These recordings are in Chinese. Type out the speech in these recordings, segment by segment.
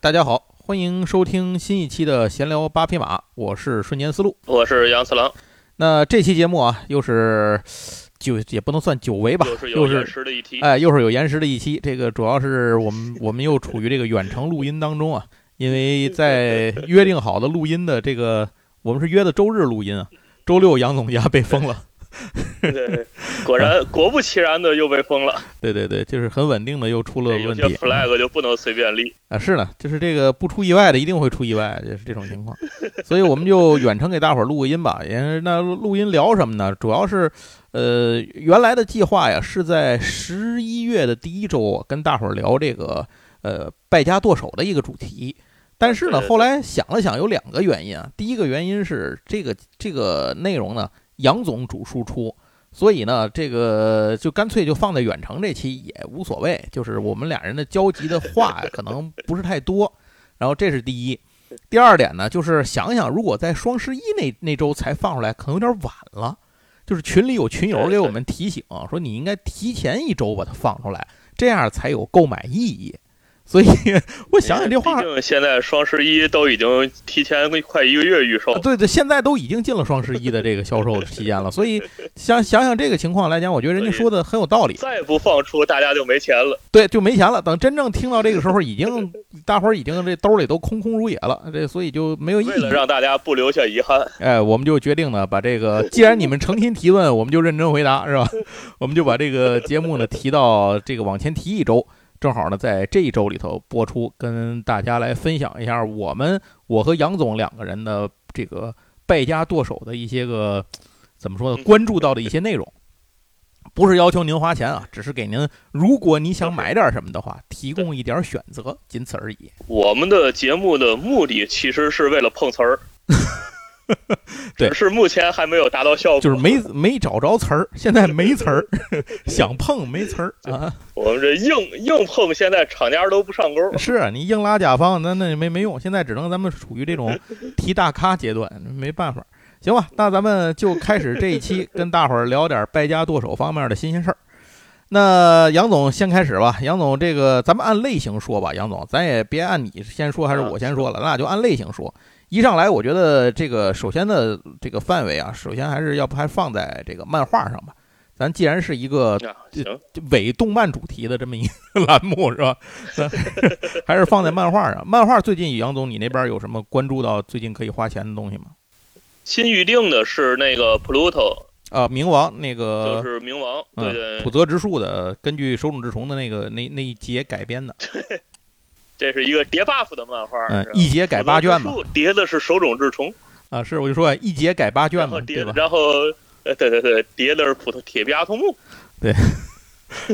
大家好，欢迎收听新一期的闲聊八匹马，我是瞬间思路。我是杨次郎，那这期节目啊，又是久也不能算久违吧又，是又有是眼识的一题。哎，又是有延时的一期。这个主要是我们我们又处于这个远程录音当中啊，因为在约定好的录音的这个，我们是约的周日录音啊，周六杨总家被封了。对， 果哎然果不其然的又被 封了。对对对，就是很稳定的又出了哎有问些题 flag 就不能随便立。啊，是呢，就是这个不出意外的一定会出意外，就是这种情况， 所以我们就远程给大伙儿录个音吧。也那录音聊什么呢？主要是，呃，原来的计划呀是在十一月的第一周跟大伙儿聊这个呃败家剁手的一个主题。但是呢，对对对后来想了想，有两个原因啊。第一个原因是这个这个内容呢，杨总主输出，所以呢，这个就干脆就放在远程这期也无所谓，就是我们俩人的交集的话可能不是太多。然后这是第一，第二点呢，就是想想如果在双十一那那周才放出来，可能有点晚了。就是群里有群友给我们提醒说，你应该提前一周把它放出来，这样才有购买意义。所以 我想想这话哎毕，竟现在双十一都已经提前快一个月预售啊，对对，现在都已经进了双十一的这个销售期 间了，所以想想想这个情况来讲，我觉得人家所以说的很有道理。再不放出大家就没钱了。对，就没钱了。等真正听到这个时候，已经大伙儿已经这兜里都空空如也了，这所以就没有意为了义。让大家不留下遗憾， 哎，我们就决定呢，把这个既然你们诚心提问，我们就认真回答，是吧？ 我们就把这个节目呢提到这个往前提一周，正好呢在这一周里头播出，跟大家来分享一下我们我和杨总两个人的这个败家剁手的一些个怎么说呢，关注到的一些内容。不是要求您花钱啊，只是给您，如果你想买点什么的话，提供一点选择，仅此而已。我们的节目的目的其实是为了碰瓷儿。 对只是目前还没有达到效果。就是没没找着词儿，现在没词儿， 想碰没词儿啊。我们这硬硬碰，现在厂家都不上钩。是啊你硬拉甲方，那那也没没用。现在只能咱们处于这种提大咖阶段，没办法。行吧，那咱们就开始这一期，跟大伙儿聊点败家剁手方面的新鲜事儿。那杨总先开始吧，杨总，这个咱们按类型说吧，杨总，咱也别按你先说还是我先说了，咱俩就按类型说。一上来，我觉得这个首先的这个范围啊，首先还是要不还放在这个漫画上吧。咱既然是一个啊，呃行，伪动漫主题的这么一个 栏目是吧？咱还是放在漫画上。漫画最近杨总，你那边有什么关注到最近可以花钱的东西吗？新预定的是那个 Pluto，啊，冥王那就个是冥王，对对，呃嗯，浦泽直树的，根据手冢治虫的那个那那一节改编的，这是一个叠 buff 的漫画，嗯是，吧一节改八卷嘛，，叠的是手冢治虫，啊，是我就说一节改八卷然嘛后，叠对吧，？然后呃，对对对，叠的是普通铁臂阿童木，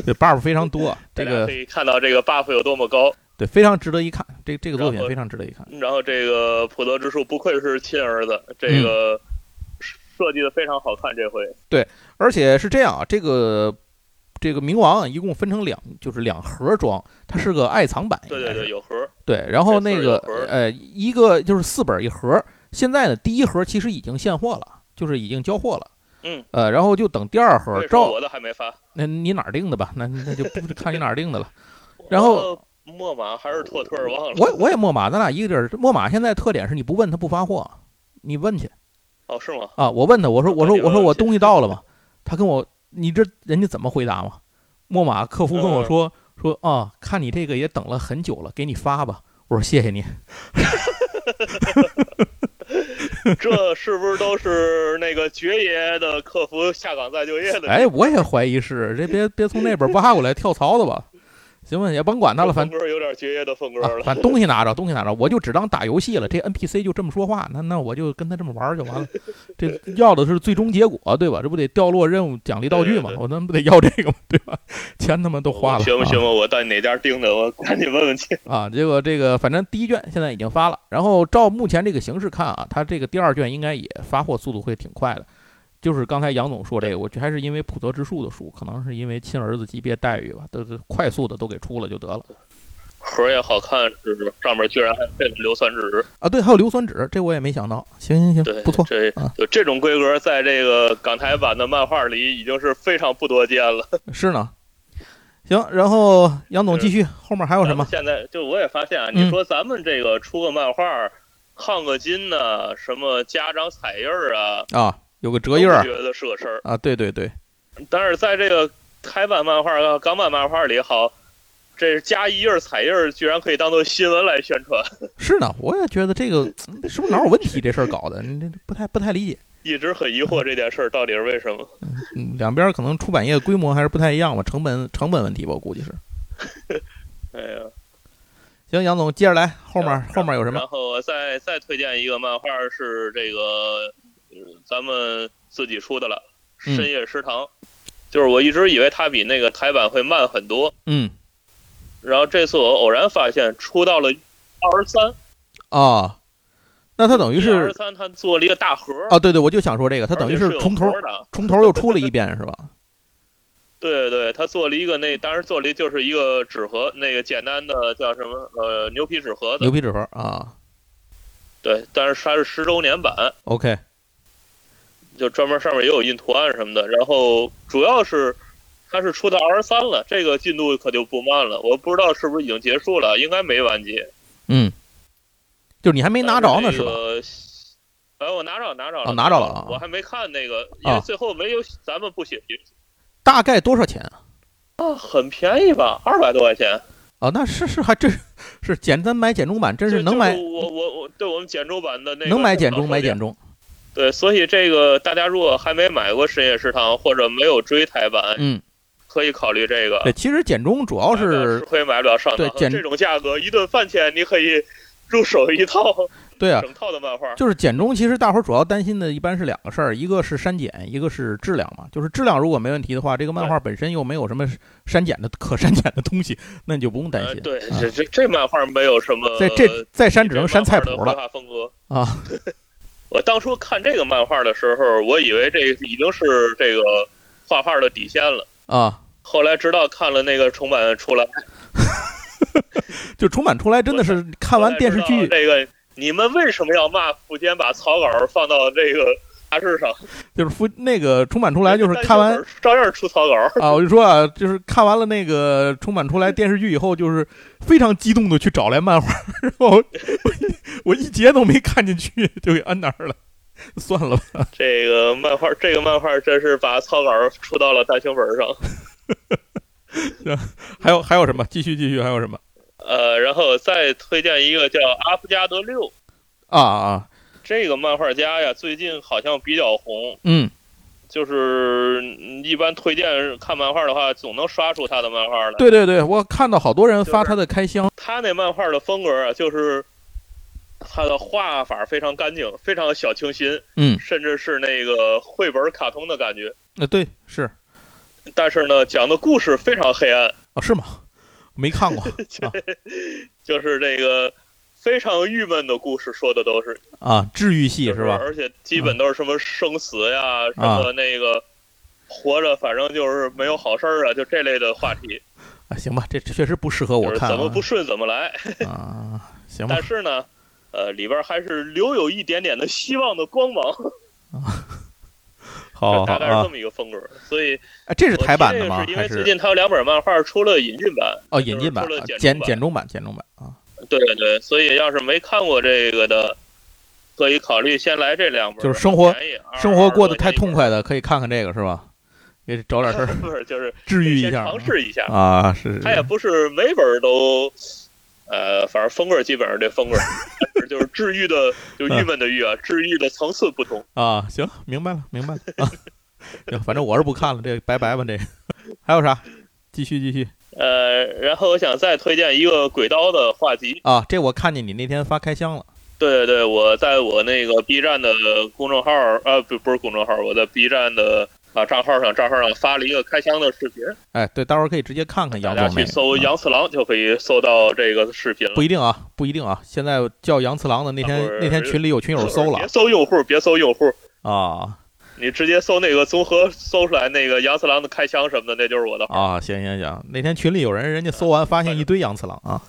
对 buff 非 常多，这大家个可以看到这个 buff 有多么高。对非常值得一看，这这个作然品后非常值得一看，然后这个普泽之树不愧是亲儿子，嗯这个设计的非常好看，这回而且是这样啊，这个。这个冥王啊一共分成两，就是两盒装，它是个爱藏版，应对该对是对，有盒，对，然后那个这四十个盒儿呃，一个就是四本儿一盒儿。现在呢，第一盒儿其实已经现货了，就是已经交货了。嗯，呃，然后就等第二盒儿为什么照，我的还没发？那你哪儿定的吧？那那就不看你哪儿定 的了。然后呃墨马还是拓特忘了，我我也墨马，咱俩一个地儿。墨马现在特点是你不问他不发货，你问去哦是吗？啊。我问他，我说啊我说那就我说我东西到了吗？他跟我，你这人家怎么回答嘛？墨马客服跟嗯我说说啊，看你这个也等了很久了，给你发吧。我说谢谢你。这是不是都是那个爵爷的客服下岗再就业 的？哎，我也怀疑是，这别别从那边挖过来跳槽的吧？行吧，也甭管他了，反风格有点爵爷的风格啊了。反正东西拿着，东西拿着，我就只当打游戏了。这 NPC 就这么说话，那那我就跟他这么玩儿就完了。 这要的是最终结果，对吧？这不得掉落任务奖励道具嘛对对？对我那不得要这个嘛，对吧？钱他妈都花了，学不学啊我？我到哪家订的？我赶紧问问去。啊！结果这个反正第一卷现在已经发了，然后照目前这个形势看啊，它这个第二卷应该也发货速度会挺快的。就是刚才杨总说这个，我觉得还是因为普泽之树的书，可能是因为亲儿子级别待遇吧，都是快速的都给出了就得了盒也好看，是不是上面居然还配了硫酸纸。啊。对，还有硫酸纸，这我也没想到。行行对，行，不 错。这啊就这种规格，在这个港台版的漫画里已经是非常不多见了。是呢。行，然后杨总继续，后面还哦有什么？现在就我也发现啊，嗯你说咱们这个出个漫画儿，抗个金呐、什么家长彩印儿啊，啊，有个折页儿都不觉得是个事儿。啊，对对对，但是在这个台版漫画、呃港版漫画里，好，这是加一页儿彩印儿，居然可以当做新闻来宣传，是呢，我也觉得 这个嗯是不是哪有问题？这事儿搞的，你这不太不太理解。一直很疑惑这件事儿到底是为什么。嗯，两边可能出版业规模还是不太一样吧，成本成本问题吧，我估计是。哎呀，行，杨总接着来，后面然后面有什么？然后我再再推荐一个漫画是这个，呃咱们自己出的了，嗯《深夜食堂》就是我一直以为它比那个台版会慢很多，嗯然后这次我偶然发现出到了二十三，啊，那他等于二十是三它做了一个大盒，啊，对对，我就想说这个，他等于而是且是从头有盒的。从头又出了一遍是 吧？对对，他做了一个那，当时做了一就是一个纸盒，那个简单的叫什么呃牛皮纸盒子牛，皮纸盒啊对，但是它是十周年版， ，OK，就专门上面也有印图案什么的。然后主要是它是出到二十三了，这个进度可就不慢了。我不知道是不是已经结束了，应该没完结。嗯，就是你还没拿着呢是吧？吧？哎，我拿着拿着哦了，拿着了啊哦我还没看那个，因为最后没有咱们不写评大概多少钱啊？啊，很便宜吧，二百多块钱。啊，那是是还真是是简单买简中版，真是就能买就是我我我对我们简中版的那个能买简正中版买手链简中，对，所以这个大家如果还没买过深夜食堂或者没有追台版，嗯，可以考虑这个。对，其实简中主要买不了哦是吃亏买不了上当，对简这种价格一顿饭钱你可以入手一套 对啊，整套的漫画。就是简中，其实大伙儿主要担心的一般是两个事儿，一个是删减，一个是质量嘛。就是质量如果没问题的话，这个哎漫画本身又没有什么删减的可删减的东西，那你就不用担呃，心。对，呃啊这这这漫画没有什么，在这再删只能删菜谱了。了画风格啊！ 我当初看这个漫画的时候，我以为这已经是这个画画的底线了。啊！后来直到看了那个重版出来，就重版出来真的是看完电视后来剧知道，这个，你们为什么要骂富坚把草稿放到这个杂志上？就是复那个重版出来就是看完照样出草稿。啊，我就说啊，就是看完了那个重版出来电视剧以后，就是非常激动的去找来漫画，然后我 我一节都没看进去，就给摁那儿了，算了吧。这个漫画，这个漫画真是把草稿出到了单行本上。还有还有什么？继续继续，还有什么？呃，然后再推荐一个叫阿布加德六啊啊，这个漫画家呀，最近好像比较红，嗯就是嗯一般推荐看漫画的话，总能刷出他的漫画来。，对对对，我看到好多人发他的开箱，他那漫画的风格啊，就是他的画法非常干净，非常小清新，嗯，甚至是那个绘本卡通的感觉。呃，对，是但是呢，讲的故事非常黑暗，啊，是吗？没看 过就是这个非常郁闷的故事，说的都是。啊，治愈系就是吧？嗯啊而且基本都是什么生死呀，什么那个活着，反正就是没有好事儿啊，就这类的话题，啊，行吧，这这确实不适合我就是看怎么啊不顺怎么来。啊，行吧但，是呢，呃，里边还是留有一点点的希望的光芒，好好好大概是啊这，么一个风格。所以哎这是我台版提这的个吗是？因还为最是近他有两本漫画出了引进版哦，就是引进版出了啊简简中版简中版简中版啊？对对对，所以要是没看过这个的，可以考虑先来这两本，就是生活便宜二生活过得太二十多痛钱快的，可以看看这个是吧？给找点事儿 一本，不是就是治愈一先下啊尝试一下啊，是是他也是不是每本儿都，呃，反正风格基本上这风格，但 是就是治愈的，就是郁闷的郁啊，嗯治愈的层次不同。啊，行，明白了明白了啊，行，反正我是不看了，这个拜拜吧这个，还有啥？继续继续。呃，然后我想再推荐一个鬼刀的画集，啊，这我看见你那天发开箱了对对对，我在我那个 B 站的公众号儿，呃，不不是公众号儿，我在 B 站的啊账号上账号上发了一个开箱的视频，哎，对，到时候可以直接看看大杨家总那去个搜啊杨次郎就可以搜到这个视频了不。一定啊，不一定啊。现在叫杨次郎的那天啊不，是那天群里有群友搜了别搜用户，别搜用户，啊你直接搜那个综合搜出来那个杨次郎的开箱什么的，那就是我的号儿。 啊，行行行，那天群里有人，人家搜完发现一堆杨次郎啊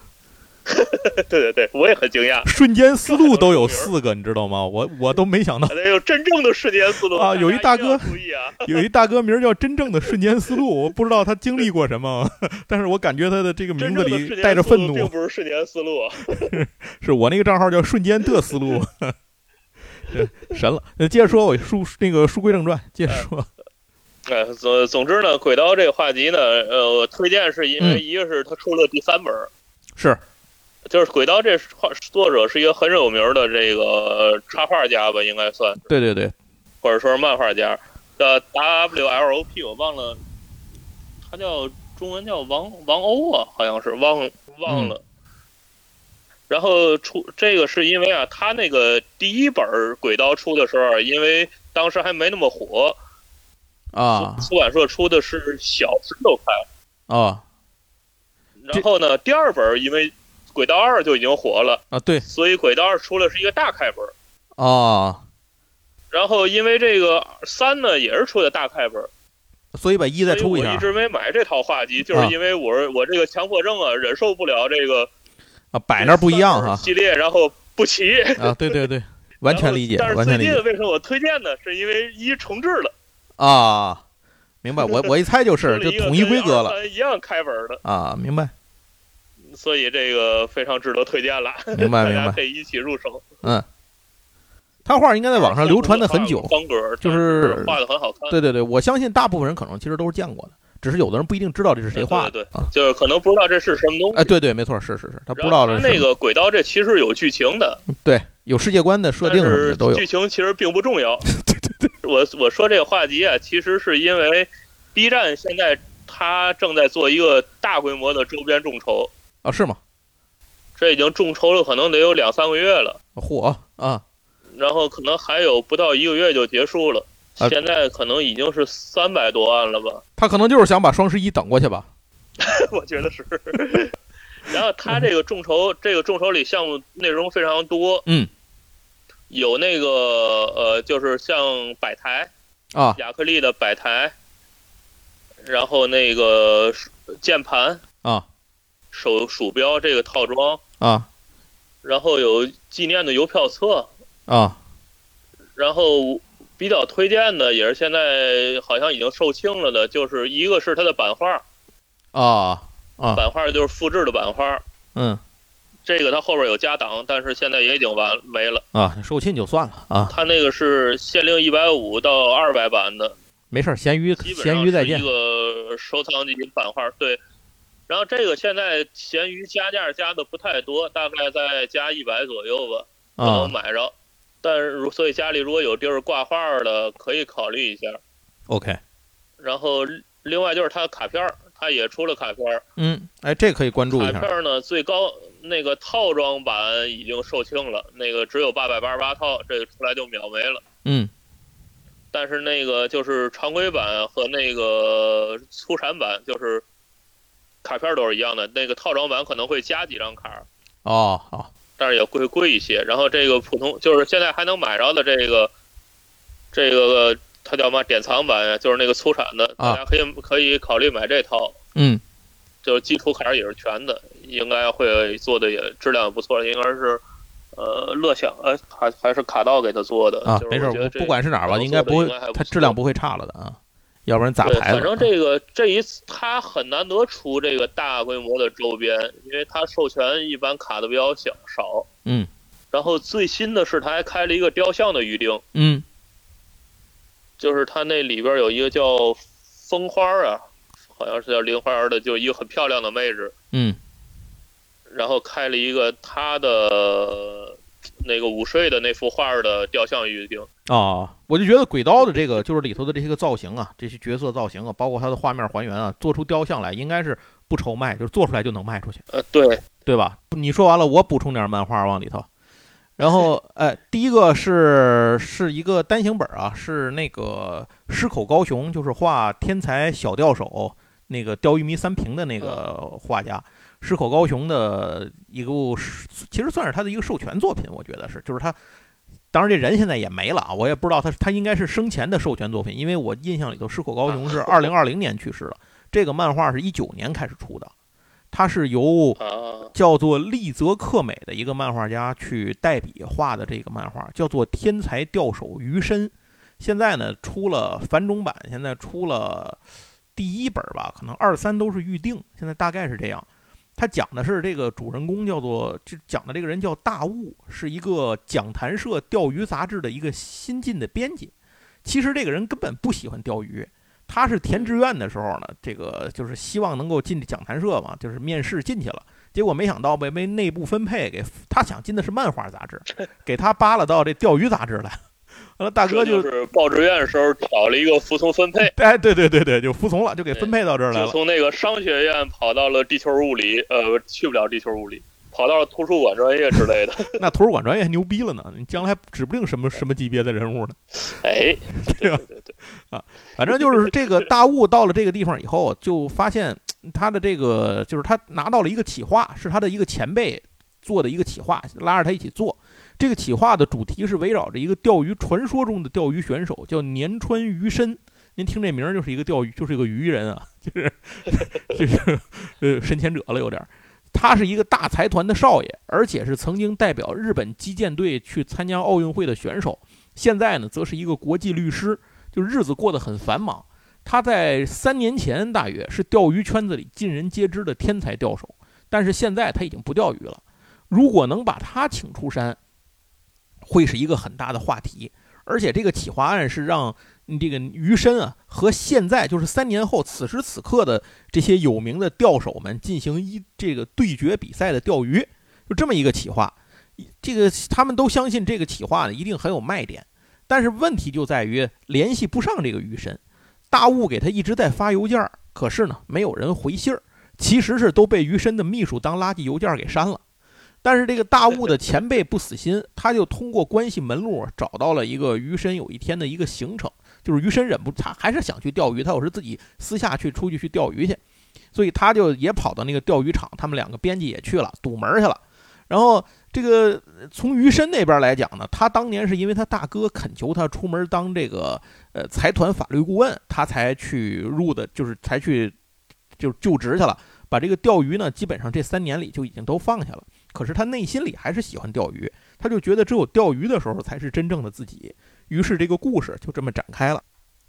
对对对，我也很惊讶，瞬间思路都有四个，你知道吗？我我都没想到，得有真正的瞬间思路 啊有一大哥大家一定要注意啊，有一大哥名儿叫真正的瞬间思路，我不知道他经历过什么， 但是我感觉他的这个 名真字正的里瞬带间着思愤路并怒。不是瞬间思路啊， 是我那个账号叫瞬间的思路， 这神了。那接着说，我书那个书归正传，接着说，哎，总总之呢，轨道这个话题呢，呃，我推荐是因为一个是他出了第三本儿，嗯是就是轨道这画作者是一个很有名的这个插画家吧，应该算，对对对，或者说是漫画家，叫 W L O P，我忘了，他叫中文叫王王欧啊，好像是忘忘了。然后出这个是因为啊，他那个第一本儿轨道出的时候啊，因为当时还没那么火，啊出版社出的是小石头刊。啊然后呢，第二本儿因为轨道二就已经火了，啊，对所以轨道二出了是一个大开本儿。啊，然后因为这个三呢也是出的大开本儿，所以把一再所出以一我一下直没买这套画集，就是因为我是我这个强迫症啊，忍受不了这个啊，摆那儿不一样 哈系列，然后不齐。啊，对对对，完全理解，然后但完是全最理近解为什么我推荐呢？是因为一重置了，啊，明白。我我一猜就是出就了一个统一规格跟了23一样开本的，啊，明白所以这个非常值得推荐了，明 白大哎明家白。可以一起入手。他画应该在网上流传的很 久，方格就是画的很好看，对对对，我相信大部分人可能其实都是见过的，只是有的人不一定知道这是谁画的。对对啊？就是可能不知道这是什么东西。哎，对对，没错，是是是，他不知然道后这是它什那么个轨道这其实有剧情的，对，有世界观的设定什么的都但有是剧情其实并不重要。 我我说这个话题啊，其实是因为 B 站现在它正在做一个大规模的周边众筹，啊？是吗？这已经众筹了可能得有两三个月了，嚯啊！然后可能还有不到一个月就结束了。啊现在可能已经是三百多万了吧， 他可能就是想把双十一等过去吧？我觉得是。 然后它这个众筹，这个众筹里项目内容非常多，嗯，有那个呃，就是像摆台，啊亚克力的摆台，然后那个键盘、啊手鼠标这个套装，啊然后有纪念的邮票册，啊然后比较推荐的也是现在好像已经售罄了的，就是一个是它的版画，啊啊！版画就是复制的版画，嗯这个它后边有加档，但是现在也已经完没了。啊，售罄就算了啊，它那个是限定一百五到二百版的，没事儿，闲鱼基本闲上鱼再是一见个收藏级版画，对。然后这个现在闲鱼加价加的不太多，大概在加一百左右吧，都能啊。买着。但是如所以家里如果有地儿挂画的，可以考虑一下。 OK，然后另外就是它的卡片儿，它也出了卡片儿，嗯，哎，这可以关注卡一片下儿呢最高那个套装版已经售罄了，那个只有八百八十八套，这个出来就秒没了。嗯但是那个就是常规版和那个粗产版，就是卡片都是一样的。那个套装版可能会加几张卡，哦好但是也会贵一些。然后这个普通就是现在还能买着的这个，这个它叫嘛典藏版呀，就是那个粗产的，啊大家可以可以考虑买这套，嗯就是基础卡也是全的，应该会做的也质量也不错，应该是。呃，乐享呃，还还是卡道给他做的啊呃就，是没事儿，我觉得我这不管是哪儿吧，能应做该的不会应该还，不它质错量不会差了的啊，要不然砸对，牌子反啊正这个这一次他很难得出这个大规模的周边，因为他授权一般卡的比较小少。嗯。然后最新的是，他还开了一个雕像的预定，嗯就是他那里边有一个叫风花啊，好像是叫林花儿的，就一个很漂亮的妹子，嗯然后开了一个她的那个午睡的那幅画儿的雕像预定。哦，我就觉得鬼刀的这个就是里头的这些个造型啊，这些角色造型啊，包括它的画面还原啊，做出雕像来应该是不愁卖，就是做出来就能卖出去。呃，对，对吧？你说完了，我补充点漫画往里头。然后，呃，第一个是是一个单行本啊，是那个狮口高雄，就是画天才小钓手那个钓鱼迷三平的那个画家，狮口高雄的一部，其实算是他的一个授权作品，我觉得是，就是他。当然，这人现在也没了啊，我也不知道他他应该是生前的授权作品，因为我印象里头，狮口高雄是二零二零年去世的，这个漫画是一九年开始出的，它是由啊，叫做利泽克美的一个漫画家去代笔画的这个漫画，叫做《天才钓手鱼身》。现在呢出了繁中版，现在出了第一本吧，可能二三都是预定，现在大概是这样。他讲的是这个主人公叫做，就讲的这个人叫大雾，是一个讲谈社钓鱼杂志的一个新晋的编辑。其实这个人根本不喜欢钓鱼，他是填志愿的时候呢，这个就是希望能够进讲谈社嘛，就是面试进去了，结果没想到被被内部分配给他想进的是漫画杂志，给他扒拉到这钓鱼杂志来了。完了，大哥这就就是报志愿的时候挑了一个服从分配， 哎，对对对对，就服从了，就给分配到这儿来就了。从那个商学院跑到了地球物理，呃，去不了地球物理，跑到了图书馆专业之类的。 那图书馆专业牛逼了呢，你将来指不定什么什么级别的人物呢。哎，对对吧对对对，反正就是这个大雾到了这个地方以后，就发现嗯他的这个就是他拿到了一个企划，是他的一个前辈做的一个企划，拉着他一起做。这个企划的主题是围绕着一个钓鱼传说中的钓鱼选手，叫年川鱼身。您听这名儿就是一个钓鱼，就是一个渔人啊， 就是就是呃深潜者了有点儿。他是一个大财团的少爷，而且是曾经代表日本击剑队去参加奥运会的选手。现在呢，则是一个国际律师，就日子过得很繁忙。他在三年前大约是钓鱼圈子里尽人皆知的天才钓手，但是现在他已经不钓鱼了。如果能把他请出山，会是一个很大的话题。而且这个企划案是让嗯这个鱼身啊和现在就是三年后此时此刻的这些有名的钓手们进行一这个对决比赛的钓鱼，就这么一个企划。这个他们都相信这个企划呢一定很有卖点，但是问题就在于联系不上这个鱼神。大雾给他一直在发邮件儿，可是呢，没有人回信儿，其实是都被鱼身的秘书当垃圾邮件儿给删了。但是这个大雾的前辈不死心，他就通过关系门路找到了一个鱼身有一天的一个行程，就是鱼身忍不，他还是想去钓鱼，他有时自己私下去出去去钓鱼去，所以他就也跑到那个钓鱼场，他们两个编辑也去了，堵门儿去了。然后这个呃从鱼身那边来讲呢，他当年是因为他大哥恳求他出门当这个呃财团法律顾问，他才去入的，就是才去就是就职去了。把这个钓鱼呢，基本上这三年里就已经都放下了。可是他内心里还是喜欢钓鱼，他就觉得只有钓鱼的时候才是真正的自己。于是这个故事就这么展开了。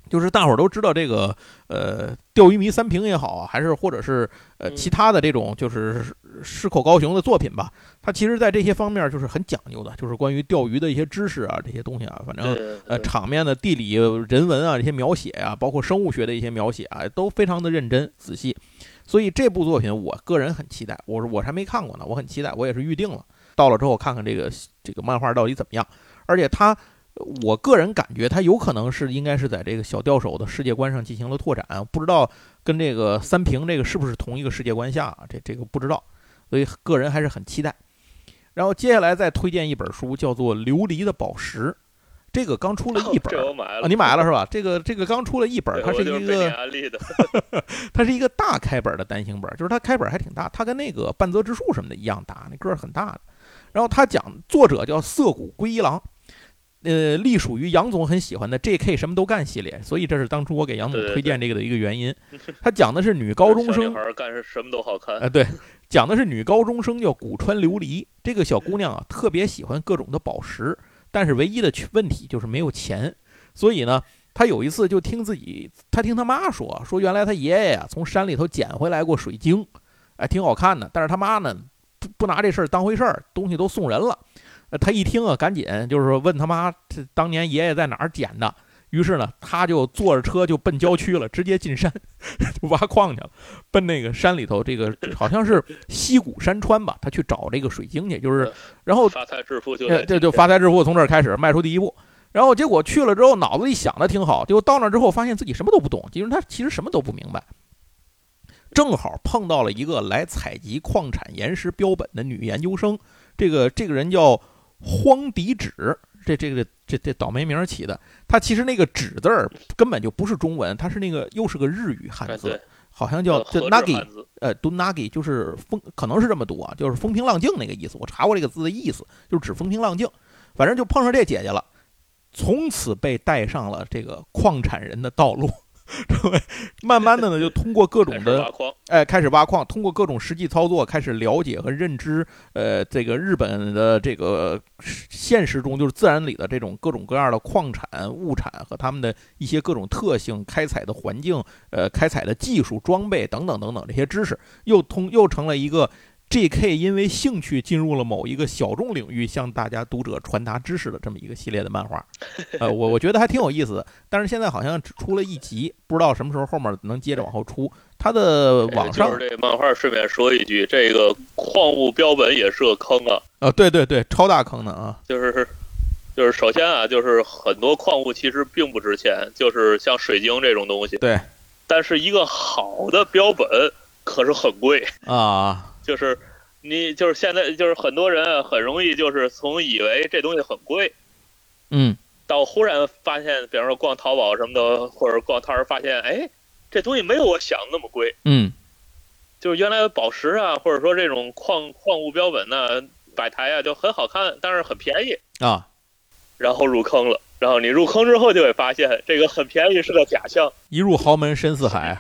就是大伙儿都知道这个，呃，钓鱼迷三平也好啊，还是或者是呃嗯其他的这种就是矢口高雄的作品吧，他其实在这些方面就是很讲究的，就是关于钓鱼的一些知识啊，这些东西啊，反正对呃对场面的地理、人文啊这些描写啊，包括生物学的一些描写啊，都非常的认真仔细。所以这部作品我个人很期待，我是我还没看过呢，我很期待，我也是预定了，到了之后看看这个这个漫画到底怎么样。而且它，我个人感觉它有可能是应该是在这个小钓手的世界观上进行了拓展，不知道跟这个三平这个是不是同一个世界观下啊，这这个不知道，所以个人还是很期待。然后接下来再推荐一本书，叫做《琉璃的宝石》，这个刚出了一本哦这我买了，啊，你买了是吧？这个这个刚出了一本，对？它我是就是一被你个安利的，它是一个大开本的单行本，就是它开本还挺大，它跟那个半泽直树什么的一样大，那个儿很大的。然后它讲作者叫涩谷圭一郎，呃，隶属于杨总很喜欢的 J.K. 什么都干系列，所以这是当初我给杨总对对推荐这个的一个原 因。他讲的是女高中小女生孩，儿干什么都好看。呃，对，讲的是女高中生叫古川琉璃，这个小姑娘啊，特别喜欢各种的宝石，但是唯一的问题就是没有钱，所以呢。她有一次就听自己，她听她妈说，说原来她爷爷呀、从山里头捡回来过水晶，哎，挺好看的。但是他妈呢，不不拿这事儿当回事儿，东西都送人了。呃，她一听啊，赶紧就是说问他妈，这当年爷爷在哪儿捡的？于是呢，她就坐着车就奔郊区了，直接进山 就挖矿去了。奔那个山里头，这个好像是西谷山川吧，他去找这个水晶去，就是嗯，然后发财致富就呃得这就发财致富从这儿开始迈出第一步，然后结果去了之后，脑子里想的挺好，结果到那儿之后发现自己什么都不懂，其实他其实什么都不明白，正好碰到了一个来采集矿产岩石标本的女研究生，这个这个人叫荒迪指，这这个这这倒霉名儿起的，他其实那个指字儿根本就不是中文，他是那个又是个日语汉哎字对，，好像叫呃叫和制 nagi 汉字呃，dunagi 就是风，可能是这么读啊，就是风平浪静那个意思。我查过这个字的意思，就是指风平浪静。反正就碰上这姐姐了，从此被带上了这个矿产人的道路。 慢慢的呢，就通过各种开始的挖矿，哎，开始挖矿，通过各种实际操作开始了解和认知，呃，这个日本的这个现实中就是自然里的这种各种各样的矿产、物产和他们的一些各种特性、开采的环境、呃，开采的技术、装备等等等等这些知识，又通又成了一个 G.K. 因为兴趣进入了某一个小众领域，向大家读者传达知识的这么一个系列的漫 画，呃，我我觉得还挺有意思的，但是现在好像只出了一集，不知道什么时候后面能接着往后出。它的网上哎就是这漫画。顺便说一句，这个矿物标本也是个坑啊，啊，对对对，超大坑的啊，就是就是首先啊，就是很多矿物其实并不值钱，就是像水晶这种东西。对。但是一个好的标本可是很贵，啊，就是你就是现在就是很多人啊很容易就是从以为这东西很贵，嗯到忽然发现，比方说逛淘宝什么的，或者逛摊儿发现，哎，这东西没有我想那么贵。嗯就是原来宝石啊，或者说这种矿矿物标本呐、摆台啊，就很好看，但是很便宜，啊， 然后入坑了。然后你入坑之后就会发现，这个很便宜是个假象，一入豪门深似海，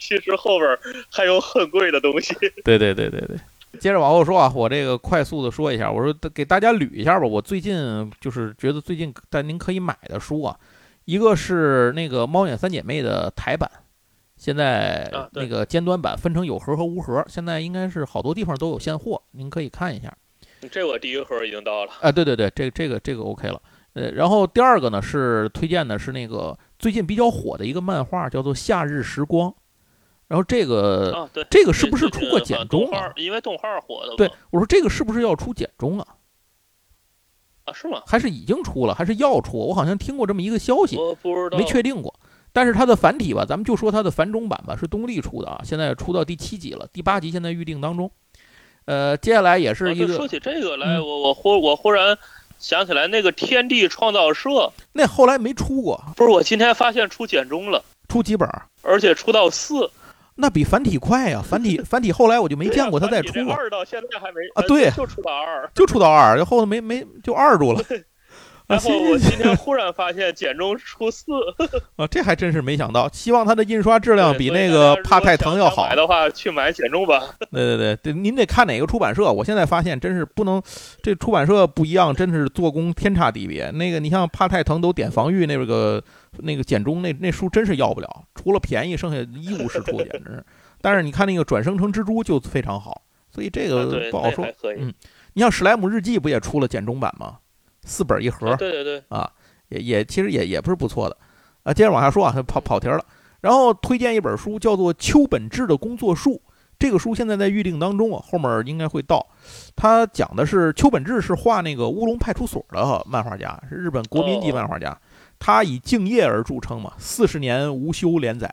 其实后边还有很贵的东西。对对对对对。接着往后说啊，我这个快速的说一下，我说给大家捋一下吧。我最近就是觉得最近但您可以买的书啊，一个是那个《猫眼三姐妹》的台版，现在啊对那个尖端版分成有盒和无盒，现在应该是好多地方都有现货，您可以看一下。嗯这我第一盒已经到了，啊，对对对，这个这个这个 OK 了。呃，然后第二个呢是推荐的是那个最近比较火的一个漫画，叫做《夏日时光》。然后这个、啊，对，呃这个呃是不是出过简中动啊画？？因为动画火的嘛。对，我说这个是不是要出简中啊？啊，是吗？还是已经出了？还是要出？我好像听过这么一个消息，我不知道，没确定过。但是它的繁体吧，咱们就说它的繁中版吧，是东立出的啊，现在出到第七集了，第八集现在预定当中。呃，接下来也啊是一对个、说起这个来，嗯我我忽我忽然想起来，那个天地创造社，那后来没出过，不是我今天发现出简中了，出几本儿？而且出到四，那比繁体快呀、繁 体繁体后来我就没 见过它再你出这了，二到现在还没啊呃对啊就出到二。就出到二，就后头没没就二住了。啊，然后我行今行行天忽然发现简中 出四，啊，这还真是没想到。希望它的印刷质量对比所以那个大家如果帕泰想腾要想好买。的话，去买简中版。对对对对，您得看哪个出版社。我现在发现真是不能，这出版社不一样，真是做工天差地别。那个你像帕泰腾都点防御那个那个简中那那书真是要不了，除了便宜，剩下一无是处，简直 是。但是你看那个转生成蜘蛛就非常好，所以这啊个对，呃不那好说还。可以。嗯你像《史莱姆日记》不也出了简中版吗？四本一盒啊，对对对，也也其实也也不是不错的。啊，接着往下说啊，跑跑题儿了。然后推荐一本书，叫做《丘本志的工作术》。这个书现在在预定当中啊，后面应该会到。它讲的是丘本志是画那个乌龙派出所的漫画家，是日本国民级哦漫画家。他以敬业而著称嘛，四十年无休连载。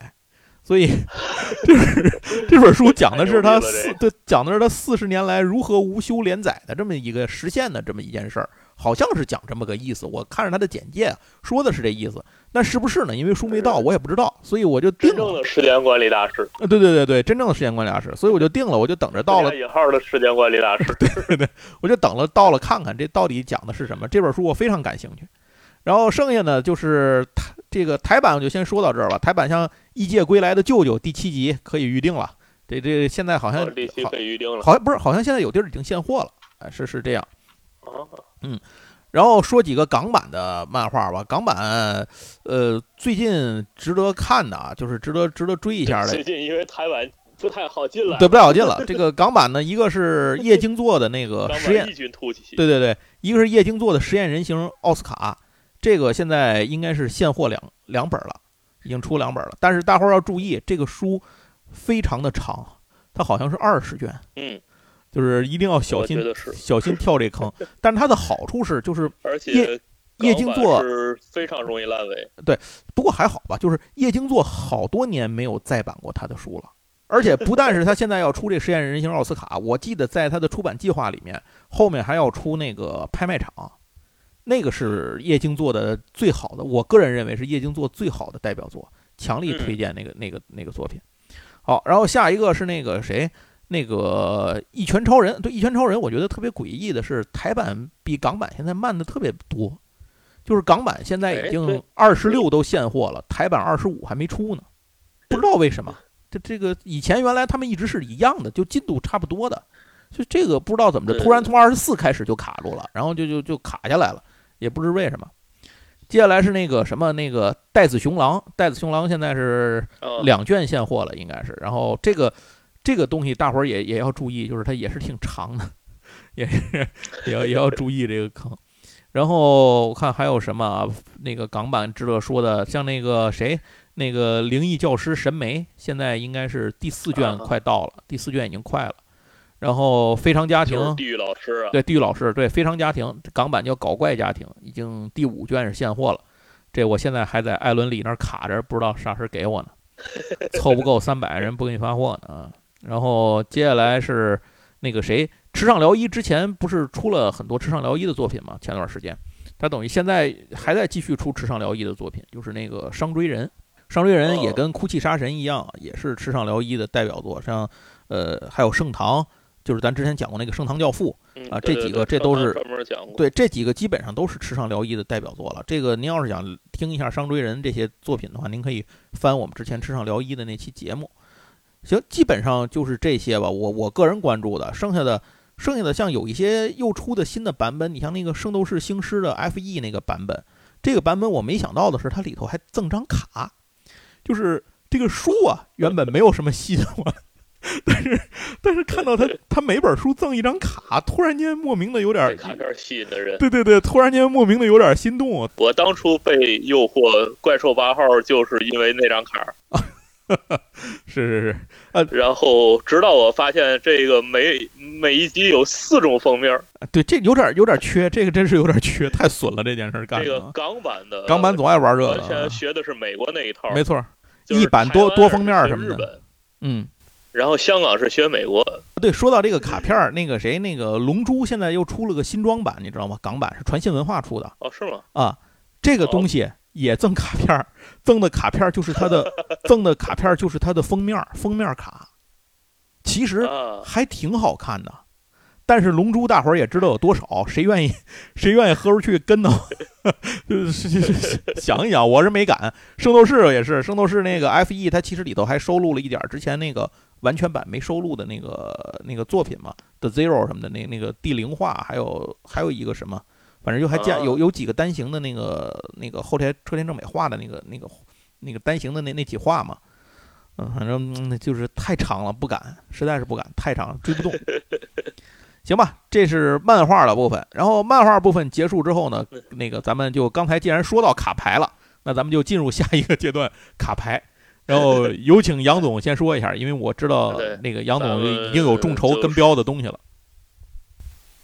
所以， 就是这本书讲的是他太牛逼四了对讲的是他四十年来如何无休连载的这么一个实现的这么一件事儿，好像是讲这么个意思。我看着他的简介啊说的是这意思，但是不是呢？因为书没到，我也不知道，所以我就定真正了。的时间管理大师，呃对对对对，真正的时间管理大师，所以我就定了，我就等着到了加，引号的时间管理 大师。我就等了到了看看这到底讲的是什么。这本书我非常感兴趣。然后剩下呢就是台这个台版我就先说到这儿吧。台版像《异界归来的舅舅》第七集可以预定了，这这现在好像哦这期好可以预定了好像不是，好像现在有地儿已经现货了，哎，是是这样。啊，然后说几个港版的漫画吧，港版呃最近值得看的啊，就是值得值得追一下的啊最，近因为台湾不太好进来，对，不太好进了。这个港版呢，一个是叶京作的那个当实 验晚异军突起，对对对，一个是叶京做的实验人形奥斯卡，这个现在应该是现货两两本了，已经出两本了。但是大伙儿要注意，这个书非常的长，它好像是二十卷，嗯，就是一定要小我觉心得是，小心跳这坑。但是它的好处是，就是而且叶港叶京版作是非常容易烂尾，不过还好吧，就是叶京作好多年没有再版过他的书了。而且不但是他现在要出这实验人形奥斯卡，我记得在他的出版计划里面，后面还要出那个拍卖场，那个是叶京作的最好的，我个人认为是叶京作最好的代表作，强力推荐那个那个那个作品。好，然后下一个是那个谁，那个一拳超人。对，一拳超人，我觉得特别诡异的是，台版比港版现在慢的特别多。就是港版现在已哎对经二十六都现货了，台版二十五还没出呢，不知道为什么。这这个以前原来他们一直是一样的，就进度差不多的，就这个不知道怎么着，对突然从二十四开始就卡住了，然后就就就卡下来了，也不知为什么。接下来是那个什么那个带子雄狼，带子雄狼现在是嗯，两卷现货了，应该是。然后这个这个东西大伙儿也也要注意，就是它也是挺长的， 也是也要也要注意这个坑。然后我看还有什么啊那个港版之乐说的，像那个谁，那个灵异教师神媒，现在应该是第四卷啊快到了，第四卷已经快了。然后非常家庭就是地狱老师啊，对，地狱老师，对，非常家庭，港版叫搞怪家庭，已经第五卷是现货了。这我现在还在艾伦里那儿卡着，不知道啥时候给 我呢，凑不够三百人不给你发货呢啊。然后接下来是那个谁，池上辽一之前不是出了很多池上辽一的作品吗？前段时间，他等于现在还在继续出池上辽一的作品，就是那个伤追人。伤追人也哦跟哭泣杀神一样，也是池上辽一的代表作，像呃还有盛唐，就是咱之前讲过那个盛唐教父，嗯啊对这对几个对这都专是门专门讲过，对，这几个基本上都是池上辽一的代表作了。这个您要是想听一下商追人这些作品的话，您可以翻我们之前池上辽一的那期节目。行，基本上就是这些吧。我我个人关注的，剩下的剩下的像有一些又出的新的版本，你像那个《圣斗士星矢》的 FE 那个版本，这个版本我没想到的是，它里头还赠张卡，就是这个书啊，原本没有什么吸引我， 但是但是看到它它每本书赠一张卡，突然间莫名的有点被卡片吸引的人。 对对对，突然间莫名的有点心动。我当初被诱惑怪兽八号，就是因为那张卡儿。是是是，然后直到我发现这个每每一集有四种封面儿，啊对，这有点有点缺，这个真是有点缺，太损了这件事儿干这的个呃啊。港版的港版总爱玩这完个全啊，学的是美国那一套，没错儿。就是一版多台湾多封面儿是什么的日本，嗯，然后香港是学美国，对，说到这个卡片儿，那个谁，那个《龙珠》现在又出了个新装版，你知道吗？港版是传信文化出的哦，是吗？啊。这个哦东西也赠卡片儿， 赠的卡片儿就是它 的赠的卡片儿就是它的封面儿封面儿卡，其实啊，还挺好看的。但是龙珠大伙儿也知道有多少，谁愿意谁愿意喝出去跟头？ 就是就是 想一想，我是没敢。圣斗士也是，圣斗士那个 F E 它其实里头还收录了一点儿之前那个完全版没收录的那个那个作品嘛，The Zero 什么的，那那个地灵化，还有还有一个什么，反正就还加啊有有几个单行的那个那个后田车田正美画的那个那个那个单行的那那几画嘛，嗯，反正嗯就是太长了，不敢，实在是不敢，太长了，追不动。行吧，这是漫画的部分。然后漫画部分结束之后呢，那个咱们就刚才既然说到卡牌了，那咱们就进入下一个阶段卡牌。然 后有请杨总先说一下，因为我知道对那个杨咱总们已经有众筹就跟标的东西了。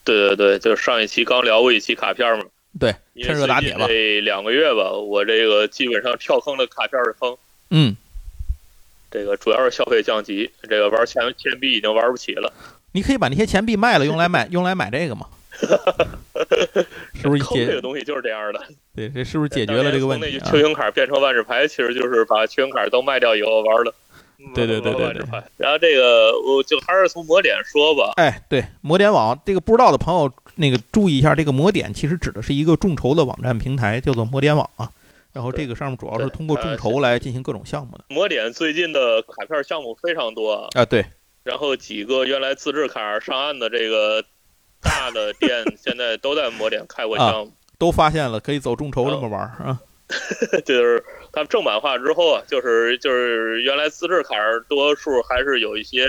对对对，就是上一期刚聊过一期卡片儿嘛，对，因为趁热打铁吧最近这两个月吧，我这个基本上跳坑的卡片儿的坑，嗯，这个主要是消费降级，这个玩钱钱币已经玩不起了，你可以把那些钱币卖了，用来买用来买这个嘛， 是不是坑这个解东西就是这样的。对这是不是解决了这个问当题年从啊那？球星卡变成万智牌，其实就是把球星卡都卖掉以后玩的。对对对对对万智牌。然后这个我就还是从魔点说吧，哎，对，魔点网这个不知道的朋友，那个注意一下，这个魔点其实指的是一个众筹的网站平台，叫做魔点网啊。然后这个上面主要是对啊通过众筹来进行各种项目的。魔点最近的卡片项目非常多，啊，啊，对，然后几个原来自制卡上岸的这个大的店， 现在都在魔点开过啊项目。都发现了可以走众哦筹这么玩儿啊。 就是他们正版化之后啊，就是就是原来自制卡多数还是有一些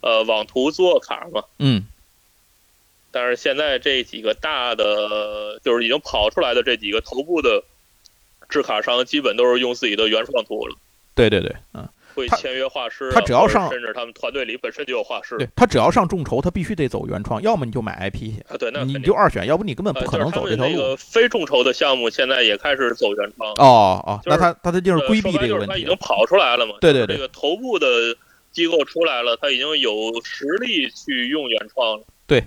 呃网图做卡嘛，嗯但是现在这几个大的，就是已经跑出来的这几个头部的制卡商，基本都是用自己的原创图了，对对对，嗯，会他签约画师啊、他只要上或者甚至他们团队里本身就有画师对他只要上众筹，他必须得走原创，要么你就买 IP 去，啊，对，那肯你定就二选，要不你根本呃不可能走这就是条他们路那。个非众筹的项目，现在也开始走原创，哦哦，就那是他他他就是呃规避说白这个就是问他已题啊经。跑出来了嘛？对就对是对这个头部的机构出来了，他已经有实力去用原创了。对，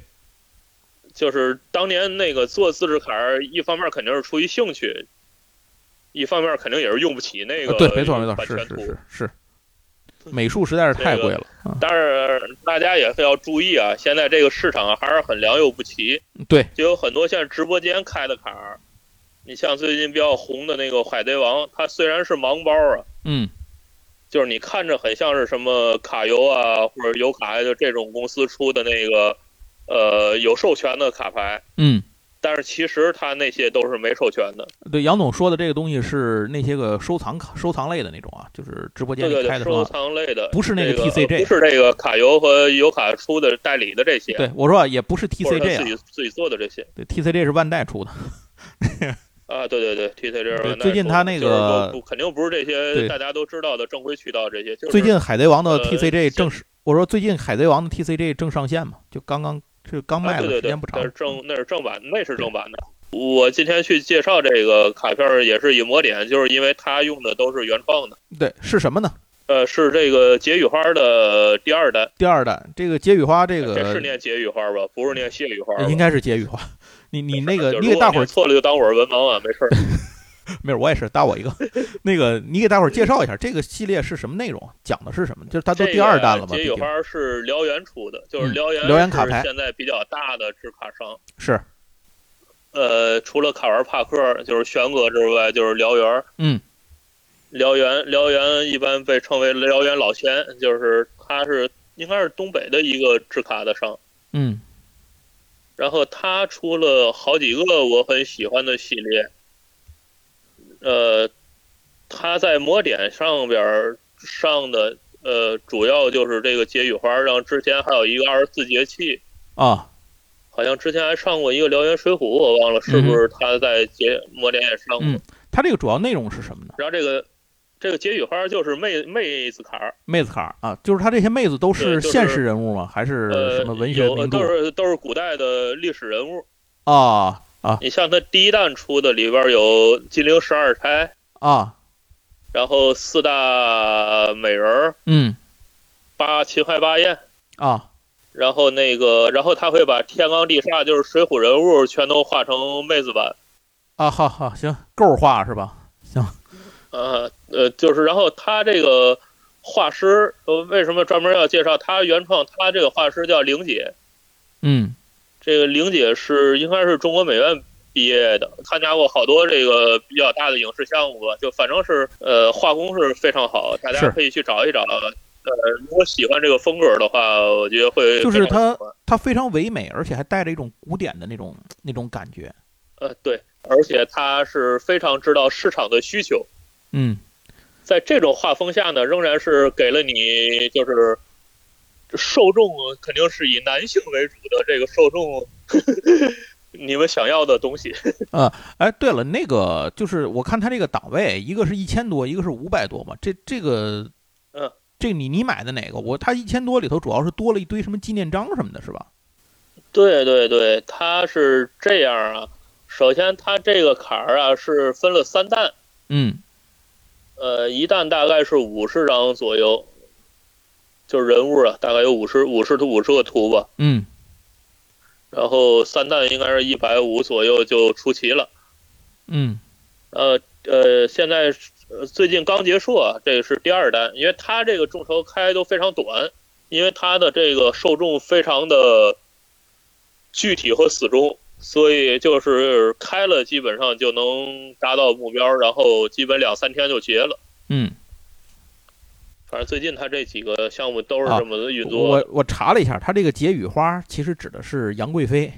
就是当年那个做自制卡儿，一方面肯定是出于兴趣，一方面肯定也是用不起那个、啊对，没错没错，版是权是图。是是，美术实在是太贵了。啊但是大家也是要注意啊，现在这个市场还是很良莠不齐，对，就有很多现在直播间开的卡儿，你像最近比较红的那个《海贼王》，它虽然是盲包啊，嗯就是你看着很像是什么卡游啊或者游卡呀就这种公司出的那个呃有授权的卡牌，嗯，但是其实它那些都是没授权的。对，杨总说的这个东西是那些个收藏卡、收藏类的那种啊，就是直播间对对里对开，的时收候。藏类的不是那个这个 TCG 不是这个卡游和游卡出的代理的这些，对，我说啊也不是或者他自 TCG 啊，己自己做的这些对，TCG 是万代出的，啊，对对对，TCG 对万代最近出他的那就是个说不肯定不是这对些大家都知道的正规渠道这些，就是最近《海贼王》的呃 TCG 现正是，我说最近《海贼王》的 TCG 正上线嘛，就刚刚是刚啊，卖对的，对时对间不，长嗯那是。正那是正版，那是正版的。我今天去介绍这个卡片儿也是以魔点，就是因为它用的都是原创的，对，是什么呢？呃，是这个解语花的第二代，第二代这个解语花，这啊这是个呃念解语花吧？不是念谢语花吧？应该是解语花。你你那个，就你如给果大伙儿念错了就当我是文盲啊，没事儿。没事，我也是搭我 一个。那个，你给大伙儿介绍一下这个系列是什么内容，讲的是什么？就是它都第二弹了嘛，毕这个解语竟花是燎原出的，就是嗯燎原燎原卡牌是现在比较大的制卡商。是呃，除了卡玩帕克就是玄格之外，就是燎原。嗯，燎原燎原一般被称为燎原老千，就是他是应该是东北的一个制卡的商。嗯然后他出了好几个我很喜欢的系列，呃，他在魔点上边儿上的呃，主要就是这个解语花，然后之前还有一个二十四节气，啊好像之前还上过一个《燎原水浒》，我忘了是不是他在节魔点也上过。嗯，它这个主要内容是什么呢？然后这个这个解语花就是妹妹子卡儿，妹子卡儿啊，就是它这些妹子都对是就是现实人物吗？还是呃什么，文学有名都著是都是古代的历史人物。啊啊你像他第一弹出的里边有金陵十二钗，啊？然后四大美人儿，嗯八秦淮八艳，啊然后那个，然后他会把天罡地煞，就是水浒人物，全都画成妹子版。啊，好好行，够画是吧？呃呃，就是然后他这个画师，呃，为什么专门要介绍他原创？他这个画师叫玲姐，嗯这个玲姐是应该是中国美院毕业的，参加过好多这个比较大的影视项目吧，就反正是呃画工是非常好，大是家可以去找一找。呃，如果喜欢这个风格的话，我觉得会就是非常它喜欢它非常唯美，而且还带着一种古典的那种那种感觉。呃对，而且他是非常知道市场的需求。嗯在这种画风下呢，仍然是给了你就是受众肯定是以男性为主的这个受众， 你们想要的东西。哎，对了，那个就是我看它这个档位，一个是一千多，一个是五百多嘛。这这个，嗯，这你你买的哪个？我它一千多里头主要是多了一堆什么纪念章什么的，是吧？ 对对对，它是这样啊。首先，它这个坎儿啊是分了三弹，嗯呃，一弹大概是五十张左右，就是人物啊，大概有五十五十五十个图吧。嗯然后三弹应该是一百五左右就出齐了。嗯呃呃，现在是呃最近刚结束啊，这个是第二单，因为它这个众筹开都非常短，因为它的这个受众非常的具体和死忠，所以就是开了基本上就能达到目标，然后基本两三天就结了。嗯，反正最近它这几个项目都是啊这么运作的。我我查了一下，它这个解语花其实指的是杨贵妃。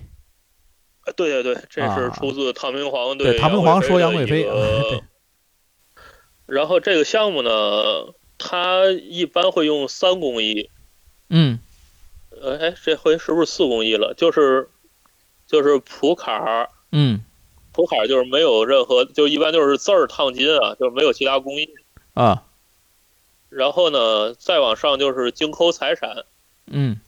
呃对对对，这是啊出自唐明皇对唐明皇说杨贵妃的一啊个 对 然后这个项目呢，它一般会用三工艺，嗯呃，哎，这回是不是四公一了？就是就是普卡儿，嗯普卡儿就是没有任何，就一般就是字儿烫金啊，就是没有其他工艺。啊然后呢，再往上就是精抠彩闪，嗯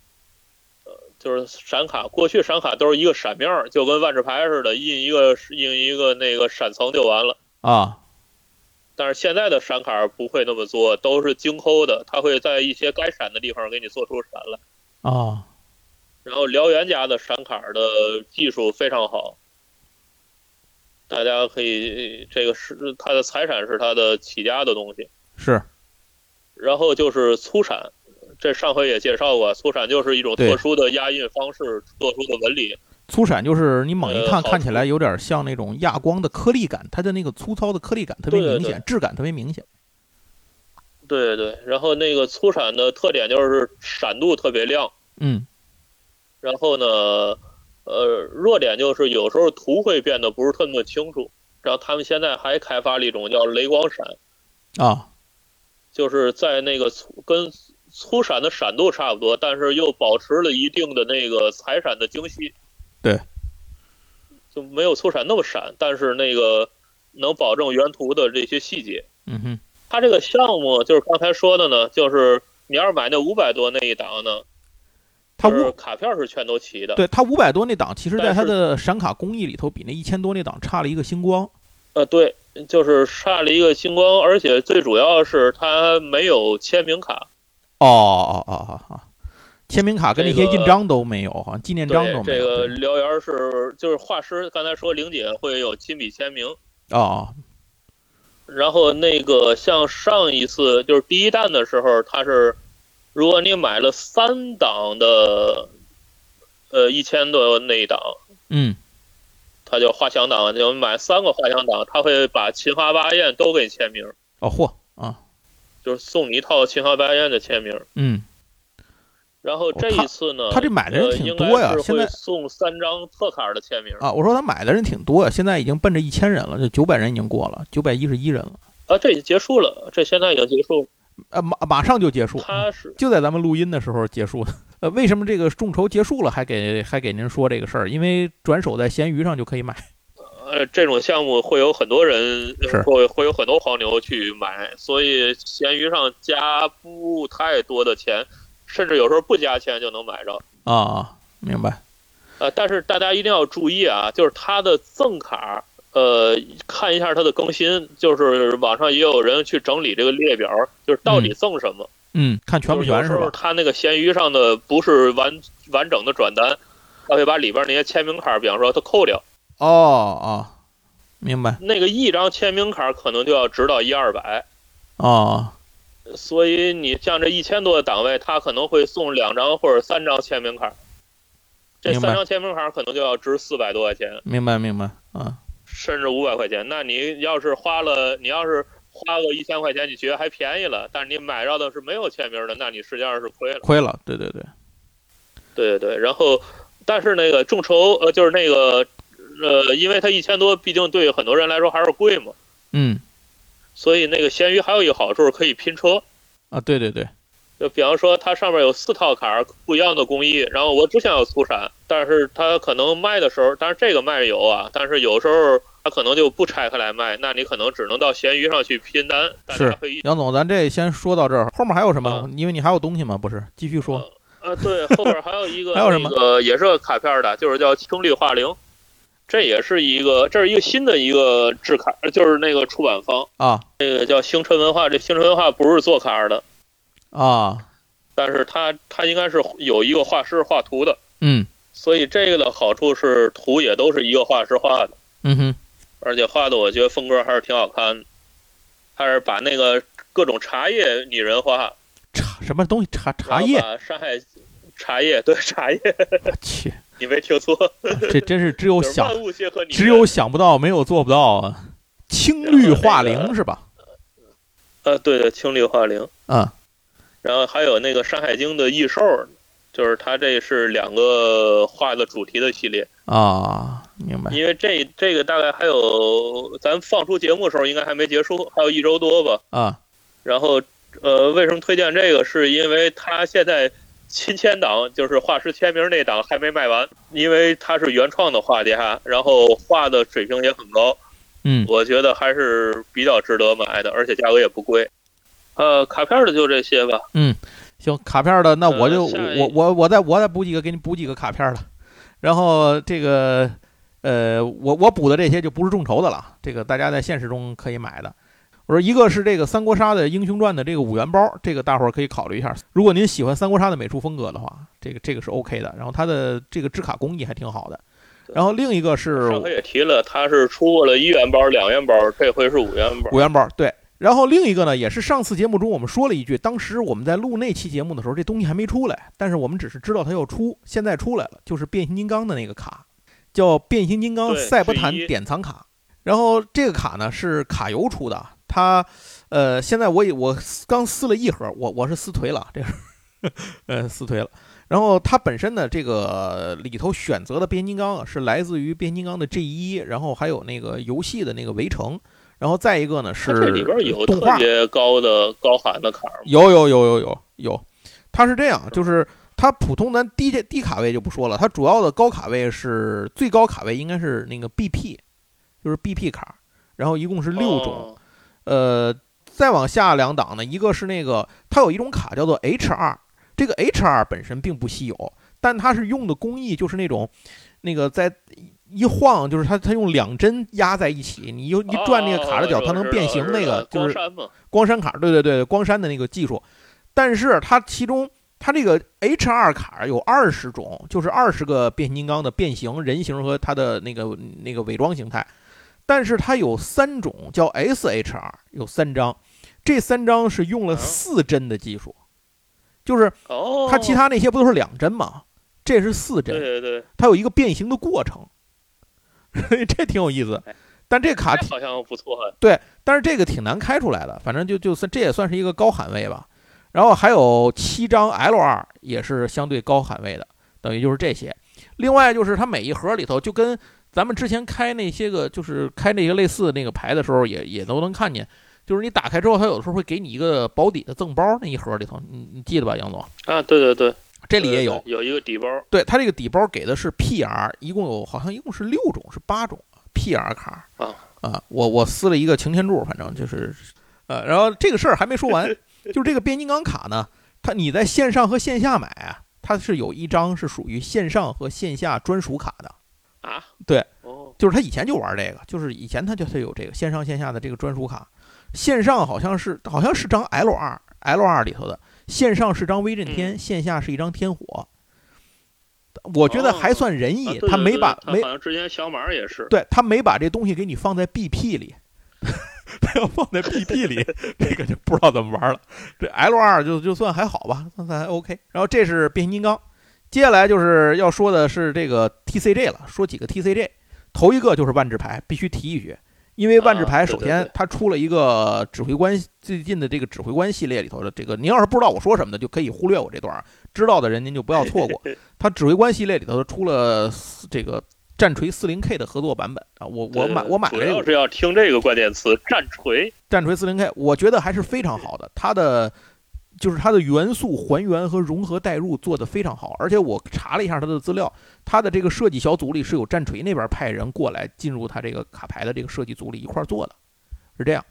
就是闪卡。过去闪卡都是一个闪面儿，就跟万智牌似的，印一个印一个那个闪层就完了。啊但是现在的闪卡儿不会那么做，都是精抠的，它会在一些该闪的地方给你做出闪来。啊然后燎原家的闪卡的技术非常好，大家可以这个是它的财产是它的起家的东西。是然后就是粗闪，这上回也介绍过，粗闪就是一种对特殊的压印方式，特殊的纹理，粗闪就是你猛一看，呃好看起来有点像那种亚光的颗粒感，它的那个粗糙的颗粒感特别对对明显，质感特别明显。对对，然后那个粗闪的特点就是闪度特别亮，嗯然后呢，呃，弱点就是有时候图会变得不是特别清楚。然后他们现在还开发了一种叫雷光闪，啊，就是在那个粗跟粗闪的闪度差不多，但是又保持了一定的那个彩闪的精细。对，就没有粗闪那么闪，但是那个能保证原图的这些细节。嗯哼，它这个项目就是刚才说的呢，就是你要是买那五百多那一档呢，它就是五卡片是全都齐的。对它五百多那档，其实在但它是的闪卡工艺里头，比那一千多那档差了一个星光。呃，对，就是差了一个星光，而且最主要是它没有签名卡，哦哦哦哦哦，签名卡跟那些这个印章都没有，好像纪念章对都，没这有。个对燎原是就是画师，刚才说玲姐会有亲笔签名，哦哦，然后那个像上一次就是第一弹的时候，它是如果你买了三档的，呃一千多那一档，嗯，它叫画像档，就买三个画像档，它会把秦花八艳都给你签名，哦嚯啊，就是送你一套秦花八艳的签名。嗯，然哦后这一次呢，他他这买的人呃挺应多呀该是现在会送三张特卡的签名啊，我说他买的人挺多呀，现在已经奔着一千人了，就九百人已经过了，九百一十一人了，啊，这已经结束了，这现在已经结束了。呃，马马上就结束，他是就在咱们录音的时候结束的。 呃，为什么这个众筹结束了还给还给您说这个事儿？因为转手在闲鱼上就可以买。呃，这种项目会有很多人呃是，会会有很多黄牛去买，所以闲鱼上加不太多的钱，甚至有时候不加钱就能买着。啊，明白。呃，但是大家一定要注意啊，就是它的赠卡，呃，看一下它的更新，就是网上也有人去整理这个列表，就是到底赠什么。嗯，看全不就是有全时是候吧？他那个闲鱼上的不是完完整的转单，他会把里边那些签名卡，比方说他扣掉，哦哦，明白。那个一张签名卡可能就要值到一二百，哦所以你像这一千多的档位，他可能会送两张或者三张签名卡，这明白三张签名卡可能就要值四百多块钱，明白明白。啊，甚至五百块钱。那你要是花了，你要是花个一千块钱，你觉得还便宜了，但是你买到的是没有签名的，那你实际上是亏了。亏了。对对对。对对对，然后但是那个众筹呃，就是那个呃，因为它一千多，毕竟对很多人来说还是贵嘛，嗯所以那个闲鱼还有一个好处可以拼车，啊，对对对。就比方说它上面有四套卡儿不一样的工艺，然后我只想要粗闪，但是它可能卖的时候，但是这个卖有啊，但是有时候它可能就不拆开来卖，那你可能只能到闲鱼上去拼单，大家是可以杨总，咱这先说到这儿，后面还有什么啊？因为你还有东西吗？不是，继续说。呃，对，后边还有一个 还有什么那个也是个卡片的，就是叫青绿化灵，这也是一个这是一个新的一个制卡，呃就是那个出版方，啊这个叫星辰文化，这星辰文化不是做卡的，啊，但是它它应该是有一个画师画图的，嗯所以这个的好处是图也都是一个画师画的，嗯哼，而且画的我觉得风格还是挺好看的，还是把那个各种茶叶拟人化，茶什么东西？茶然茶后叶？把山海茶叶对茶叶，我去，你没听错，这真是只有就是想万物皆可拟人，只有想不到，没有做不到啊！青绿化然后那灵个是吧？呃，对对，青绿化灵，嗯，然后还有那个《山海经》的异兽，就是它这是两个画的主题的系列，啊，明白。因为这这个大概还有咱放出节目的时候应该还没结束，还有一周多吧。啊然后呃，为什么推荐这个？是因为它现在亲签档，就是画师签名那档还没卖完，因为它是原创的画家，然后画的水平也很高，嗯我觉得还是比较值得买的，而且价格也不贵。呃，卡片儿的就这些吧。行，卡片的那我就、呃下一我我我再我再补几个，给你补几个卡片的。然后这个呃，我我补的这些就不是众筹的了，这个大家在现实中可以买的。我说一个是这个三国杀的《英雄传》的这个五元包，这个大伙儿可以考虑一下。如果您喜欢三国杀的美术风格的话，这个这个是 OK 的。然后它的这个制卡工艺还挺好的。然后另一个是上回也提了，它是出过了一元包、两元包，这回是五元包。五元包，对。然后另一个呢，也是上次节目中我们说了一句，当时我们在录那期节目的时候，这东西还没出来，但是我们只是知道它要出，现在出来了，就是变形金刚的那个卡，叫《变形金刚对赛博坦是一典藏卡》，然后这个卡呢是卡游出的，它呃现在我也我刚撕了一盒，我我是撕颓了，这个呃撕颓了。然后它本身呢，这个里头选择的变形金刚啊是来自于变形金刚的 G 一，然后还有那个游戏的那个围城，然后再一个呢它是这里边有动特画，别高的高含的卡吗？有有有有有有，它是这样，就是它普通咱低低卡位就不说了，它主要的高卡位是最高卡位应该是那个 BP，就是 BP 卡，然后一共是六种，哦，呃，再往下两档呢，一个是那个它有一种卡叫做 HR，这个 HR 本身并不稀有，但它是用的工艺就是那种那个在。一晃就是它，它用两针压在一起，你又一转那个卡的角，哦它能变形。那个就我是知道我知道光山嘛，光山卡，对对对，光山的那个技术。但是它其中它这个 H 二卡有二十种，就是二十个变形金刚的变形、人形和它的那个那个伪装形态。但是它有三种叫 SHR，有三张，这三张是用了啊四针的技术，就是哦，它其他那些不都是两针吗？这是四针，对对对，它有一个变形的过程， 这挺有意思哎。但这卡这好像不错啊，但是这个挺难开出来的，反正就就算这也算是一个高喊位吧。然后还有七张 L 二也是相对高喊位的，等于就是这些。另外就是它每一盒里头，就跟咱们之前开那些个就是开那个类似的那个牌的时候也也都能看见，就是你打开之后，它有的时候会给你一个保底的赠包，那一盒里头，你你记得吧，杨总？啊，对对对，这这里也有，有一个底包，对它这个底包给的是 PR，一共有好像一共是六种，是八种 PR 卡啊我我撕了一个擎天柱，反正就是呃，然后这个事儿还没说完，就是这个变形金刚卡呢，它你在线上和线下买啊，它是有一张是属于线上和线下专属卡的，啊，对，哦，就是他以前就玩这个，就是以前他就他有这个线上线下的这个专属卡，线上好像是好像是张 L 二 L 二里头的，线上是张威震嗯天，线下是一张天火。我觉得还算仁啊义，对他对哎没对把它没好像之前小马也是，对他没把这东西给你放在 BP 里， 他要放在 BP 里，这个就不知道怎么玩了。这 L 二就就算还好吧，算算还 OK。然后这是变形金刚，接下来就是要说的是这个 TCG 了，说几个 TCG。头一个就是万智牌，必须提一句，因为万智牌啊首对对先对它出了一个指挥官最近的这个指挥官系列里头的这个，您要是不知道我说什么的，就可以忽略我这段儿，知道的人您就不要错过。它指挥官系列里头出了四这个战锤 40K 的合作版本啊，我我对买我买了主这个要是要听这个关键词“战锤战锤 40K，我觉得还是非常好的，它的就是它的元素还原和融合代入做得非常好，而且我查了一下它的资料，它的这个设计小组里是有战锤那边派人过来进入它这个卡牌的这个设计组里一块儿做的，是这样。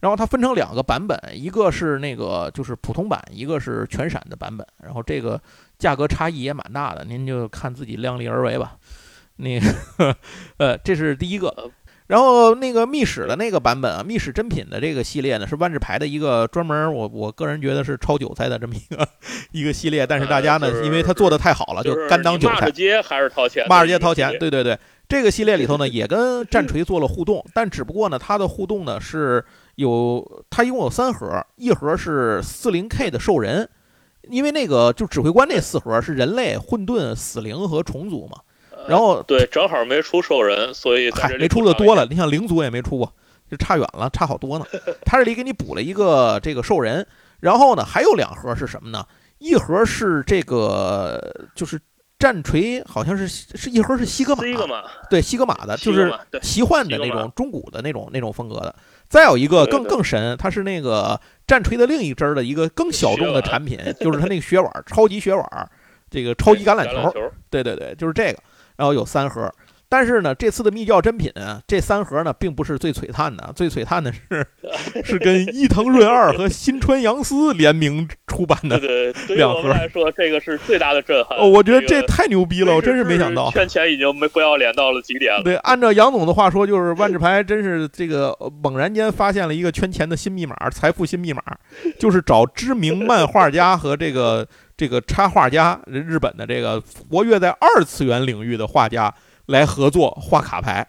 然后它分成两个版本，一个是那个就是普通版，一个是全闪的版本。然后这个价格差异也蛮大的，您就看自己量力而为吧。那个，呃，这是第一个。然后那个密室的那个版本啊，密室珍品的这个系列呢，是万智牌的一个专门儿，我我个人觉得是超韭菜的这么一个 一个系列。但是大家呢，呃就是因为它做的太好了，”，就啊就是甘当你韭骂菜着。街还是掏钱的，骂着街掏钱这，个系对列，对对，这个系列里头呢，也跟战锤做了互动，但只不过呢，它的互动呢是有，它一共有三盒，一盒是四零 K 的兽人，因为那个就指挥官那四盒是人类、混沌、死灵和虫族嘛，呃然后对，正好没出兽人，所以在嗨这，里没出补的上一多下了，你像灵族也没出过，就差远了，差好 多呢。他这里给你补了一个这个兽人，然后呢还有两盒是什么呢？一盒是这个就是战锤，好像是是一盒是西格玛，西格玛，对西格玛的，啊就西格是玛对奇幻的西格那玛种中古的那种那种风格的。再有一个对更对更神，它是那个战锤的另一支儿的一个更小众的血碗产品，就是它那个血碗儿，超级血碗儿，这个超级橄榄橄球榄儿，球，对对对，就是这个。然后有三盒，但是呢，这次的密教珍品啊这三盒呢，并不是最璀璨的，最璀璨的是 是跟伊藤润二和新川洋司联名出版 对的。对，对于两我盒们来说，这个是最大的震撼。哦，我觉得这个太牛逼了，我真是没想到。圈钱已经没不要脸到了极点 了。对，按照杨总的话说，就是万智牌真是这个呃猛然间发现了一个圈钱的新密码，财富新密码，就是找知名漫画家和这个这个插画家，日日本的这个活跃在二次元领域的画家来合作画卡牌。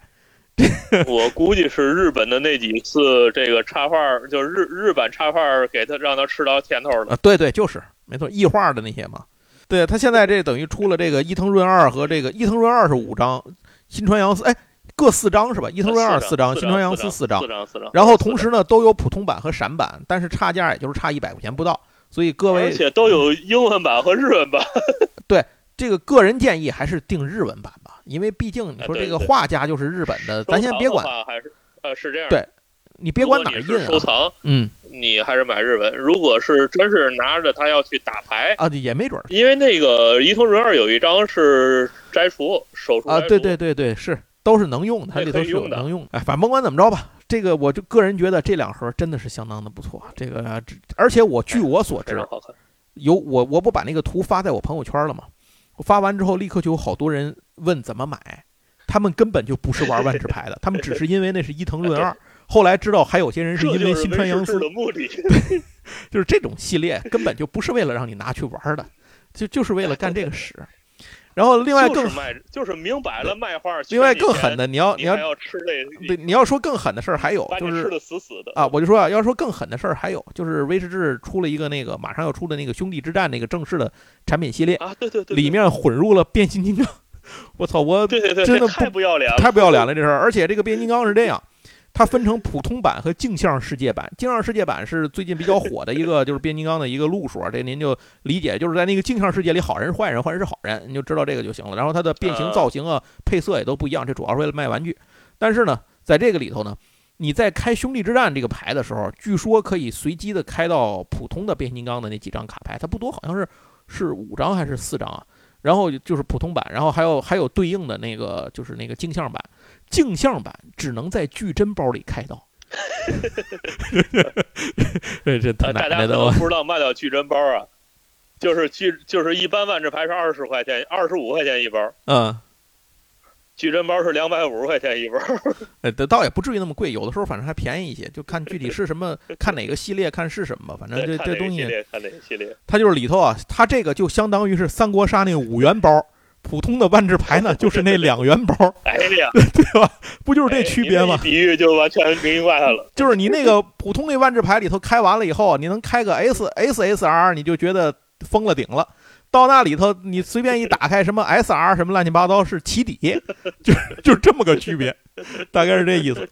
我估计是日本的那几次这个插画，就是日日版插画给他让他吃到甜头了。啊，对对，就是没错，异画的那些嘛。对他现在这等于出了这个伊藤润二和这个伊藤润二是五张，新川阳司，哎，各四张是吧？伊藤润二四张，新川张阳司四张四。张四张。然后同时呢，都有普通版和闪版，但是差价也就是差一百块钱不到。所以各而位，且都有英文版和日文版，这个个人建议还是订日文版吧，因为毕竟你啊说对这个对画家就是日本的，咱先别管，收藏的话还是呃是这样的。对你别管哪如儿果你是印收啊，藏，嗯你还是买日文。如果是真是拿着它要去打牌，啊，也没准儿因为那个伊藤润二有一张是摘除手术啊，摘除对对对对，是都是能用的，它对里可头以是有用的能用的。哎，反正甭管怎么着吧，这个我就个人觉得这两盒真的是相当的不错。这个，呃这而且我据我所非知常，好看。有我我不把那个图发在我朋友圈了吗？我发完之后，立刻就有好多人问怎么买，他们根本就不是玩万智牌的，他们只是因为那是伊藤润二。后来知道还有些人是这因就为是新川威士洋忌司，的目的。就是这种系列根本就不是为了让你拿去玩的，就就是为了干这个使。然后 另外更就是卖，就是明摆了卖画。另外更狠，的，你要你你要还要吃这，对你要说更狠的事儿还有把就你是吃的死死的。啊，我就说啊，要说更狠的事儿，还有就是威士忌出了一个那个马上要出的那个《兄弟之战》那个正式的产品系列，啊，对对对，对里面混入了变形金刚。 我操，我对对对，真的不太不要脸了，太不要脸了这事儿！而且这个变形金刚是这样，它分成普通版和镜像世界版。镜像世界版是最近比较火的一个，就是变形金刚的一个路数，啊这您就理解，就是在那个镜像世界里，好人是坏人，坏人是好人，你就知道这个就行了。然后它的变形啊造型啊、配色也都不一样，这主要是为了卖玩具。但是呢，在这个里头呢。你在开兄弟之战这个牌的时候，据说可以随机的开到普通的变形金刚的那几张卡牌，它不多，好像是是五张还是四张啊？然后就是普通版，然后还有还有对应的那个就是那个镜像版，镜像版只能在矩阵包里开 刀。这这他呃，奶奶大家可的能我不知道卖掉矩阵包啊，就是矩就是一般万智牌是二十块钱，二十五块钱一包，嗯，矩阵包是两百五十块钱一包。呃，倒也不至于那么贵，有的时候反正还便宜一些，就看具体是什么，看哪个系列，看是什么吧。反正对这 看这哪个东系西，列，看哪个系列，它就是里头啊，它这个就相当于是三国杀那五元包，普通的万智牌呢就是那两元包，哎呀，不就是这哎区别您这一吗？比喻就完全明白了，就是你那个普通那万智牌里头开完了以后，你能开个 S S S R，你就觉得封了顶了。到那里头，你随便一打开什么 S R 什么乱七八糟是起底，就是就是这么个区别，大概是这意思。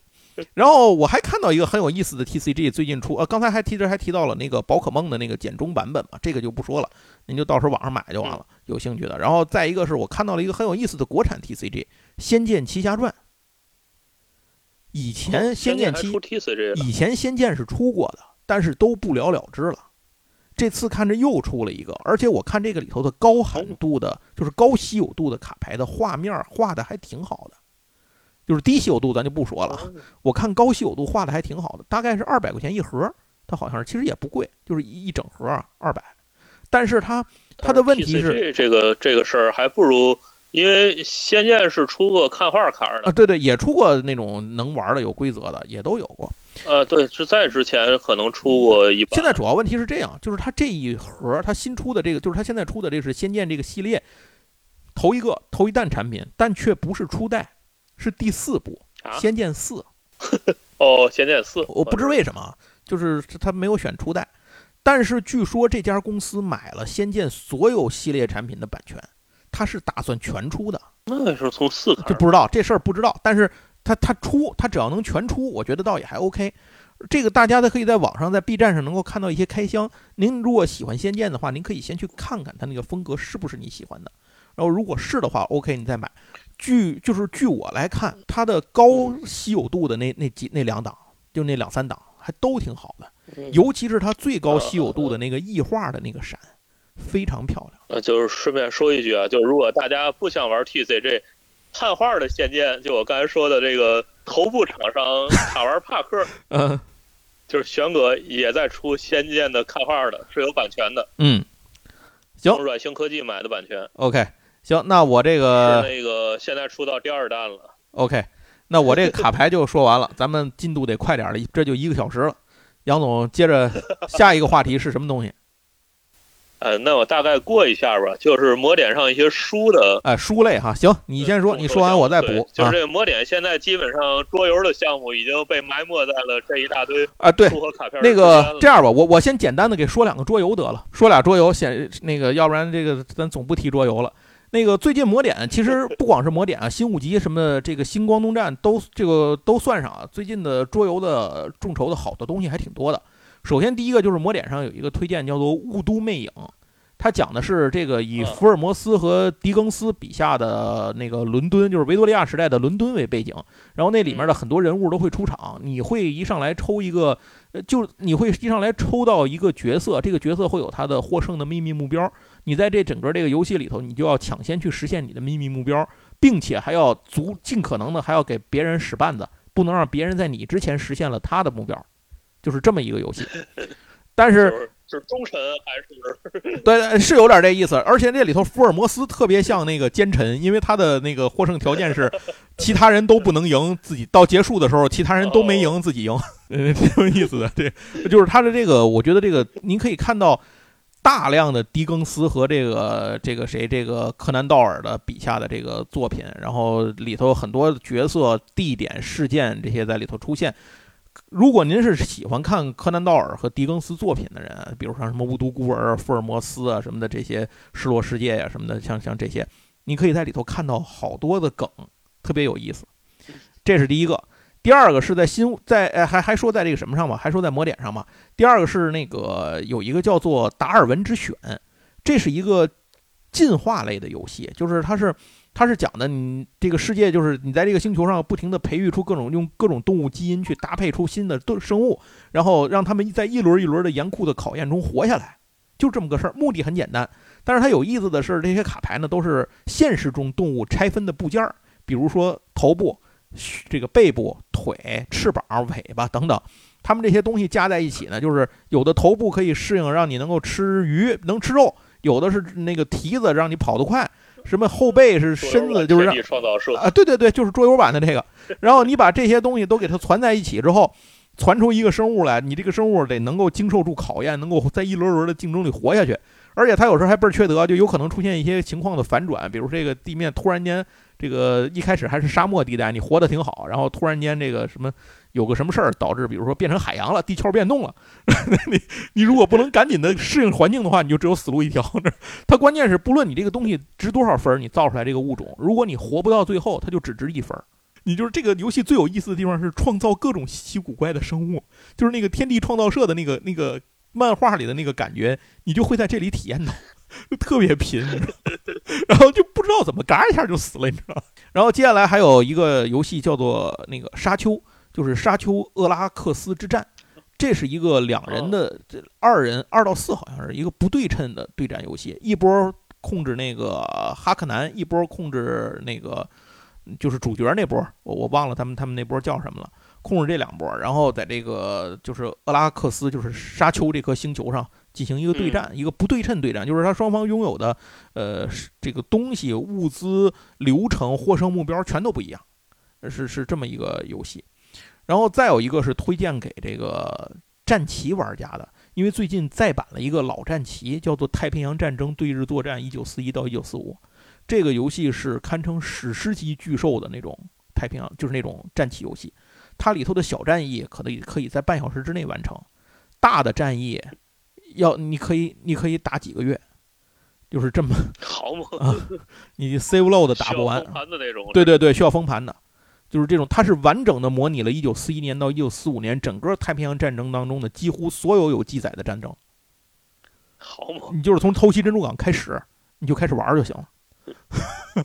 然后我还看到一个很有意思的 TCG 最近出，呃，刚才还提着还提到了那个宝可梦的那个简中版本嘛，这个就不说了，您就到时候网上买就完了，嗯有兴趣的。然后再一个是我看到了一个很有意思的国产 TCG《仙剑奇侠传》，以前《仙剑还奇出 T C G 了，以前《仙剑》是出过的，但是都不了了之了。这次看着又出了一个，而且我看这个里头的高罕度的，就是高稀有度的卡牌的画面画的还挺好的，就是低稀有度咱就不说了。嗯我看高稀有度画的还挺好的，大概是二百块钱一盒，它好像是其实也不贵，就是一一整盒啊二百。但是它它的问题是 TCG 这个这个事儿还不如，因为《仙剑》是出过看画卡的啊，，对对，也出过那种能玩的有规则的，也都有过。呃，对，是在之前可能出过一版，现在主要问题是这样，就是它这一盒，它新出的这个，就是它现在出的这是《仙剑》这个系列头一个头一弹产品，但却不是初代，是第四部啊《仙剑四》。哦，《仙剑四》，我不知为什么，就是它没有选初代，但是据说这家公司买了《仙剑》所有系列产品的版权，它是打算全出的。那是从四开这始，不知道这事儿不知道，但是他他出他只要能全出，我觉得倒也还 OK。这个大家都可以在网上在 B 站上能够看到一些开箱。您如果喜欢《仙剑》的话，您可以先去看看它那个风格是不是你喜欢的，然后如果是的话，OK 你再买。据就是据我来看，它的高稀有度的那那几那两档，就那两三档还都挺好的，嗯尤其是它最高稀有度的那个异画的那个闪，非常漂亮。呃，就是顺便说一句啊，就是如果大家不想玩 TCG，汉化的仙剑，就我刚才说的这个头部厂商卡玩帕克，嗯就是玄格也在出仙剑的汉化的，是有版权的，嗯行从软星科技买的版权， ，OK，行，那我这个是那个现在出到第二弹了。 OK，那我这个卡牌就说完了，咱们进度得快点儿了，这就一个小时了。杨总，接着下一个话题是什么东西？呃，那我大概过一下吧，就是抹点上一些书的。哎，书类哈，行，你先说，呃你说完我再对补就啊是这个抹点，现在基本上桌游的项目已经被埋没在了这一大堆啊！对，书和卡片儿那之间个了这样吧，我我先简单的给说两个桌游得了，说俩桌游显那个，要不然这个咱总不提桌游了。那个最近魔点，其实不光是魔点啊，新五级什么的，这个新光东战都这个都算上啊。最近的桌游的众筹的好的东西还挺多的。首先第一个就是魔点上有一个推荐叫做《雾都魅影》，它讲的是这个以嗯福尔摩斯和狄更斯笔下的那个伦敦，就是维多利亚时代的伦敦为背景，然后那里面的很多人物都会出场，你会一上来抽一个，呃，就你会一上来抽到一个角色，这个角色会有他的获胜的秘密目标，你在这整个这个游戏里头，你就要抢先去实现你的秘密目标，并且还要足尽可能的还要给别人使绊子，不能让别人在你之前实现了他的目标，就是这么一个游戏。但就是是是忠臣还是对，是有点这意思。而且这里头福尔摩斯特别像那个奸臣，因为他的那个获胜条件是其他人都不能赢，自己到结束的时候其他人都没赢，自己赢， 呃，挺有意思的。对，就是他的这个，我觉得这个您可以看到大量的狄更斯和这个这个谁这个柯南道尔的笔下的这个作品，然后里头很多角色、地点、事件这些在里头出现。如果您是喜欢看柯南道尔和狄更斯作品的人，比如像什么《无毒孤儿》啊、福尔摩斯啊什么的这些《失落世界、呀什么的，像像这些，你可以在里头看到好多的梗，特别有意思。这是第一个，第二个是在新在呃还还说在这个什么上吧，还说在魔点上吧。第二个是那个有一个叫做《达尔文之选》，这是一个进化类的游戏，就是它是它是讲的你这个世界，就是你在这个星球上不停的培育出各种用各种动物基因去搭配出新的动生物，然后让他们在一轮一轮的严酷的考验中活下来，就这么个事儿。目的很简单，但是它有意思的是，这些卡牌呢都是现实中动物拆分的部件儿，比如说头部、嘘这个背部、腿、翅膀、尾巴等等。它们这些东西加在一起呢，就是有的头部可以适应让你能够吃鱼，能吃肉；有的是那个蹄子让你跑得快，什么后背是身子就是让天地创造社？ 啊，对对对，就是桌游版的这个。然后你把这些东西都给它攒在一起之后，攒出一个生物来，你这个生物得能够经受住考验，能够在一轮轮的竞争里活下去。而且它有时候还倍儿缺德，就有可能出现一些情况的反转，比如这个地面突然间，这个一开始还是沙漠地带，你活得挺好，然后突然间这个什么有个什么事儿导致，比如说变成海洋了，地壳变动了， 你你如果不能赶紧的适应环境的话，你就只有死路一条。它关键是，不论你这个东西值多少分儿，你造出来这个物种，如果你活不到最后，它就只值一分儿。你就是这个游戏最有意思的地方是创造各种稀奇古怪的生物，就是那个《天地创造社》的那个那个漫画里的那个感觉，你就会在这里体验到，就特别贫，你知道吗 然后就不知道怎么嘎一下就死了，你知道吗？然后接下来还有一个游戏叫做那个《沙丘》，就是《沙丘厄拉克斯之战》，这是一个两人的这二人二到四好像是一个不对称的对战游戏，一波控制那个哈克南，一波控制那个就是主角那波，我我忘了他们他们那波叫什么了，控制这两波，然后在这个就是厄拉克斯，就是沙丘这颗星球上进行一个对战，一个不对称对战，就是他双方拥有的呃是这个东西、物资、流程、获胜目标全都不一样，呃是是这么一个游戏。然后再有一个是推荐给这个战棋玩家的，因为最近再版了一个老战棋，叫做《太平洋战争对日作战（一九四一到一九四五）》。这个游戏是堪称史诗级巨兽的那种太平洋，就是那种战棋游戏。它里头的小战役可能可以在半小时之内完成，大的战役要你可以你可以打几个月，就是这么好嘛，你 save load 啊打不需完要，封盘的那种。对对对，需要封盘的，就是这种，它是完整的模拟了1941年到1945年整个太平洋战争当中的几乎所有有记载的战争。好嘛，你就是从偷袭珍珠港开始，你就开始玩儿就行了。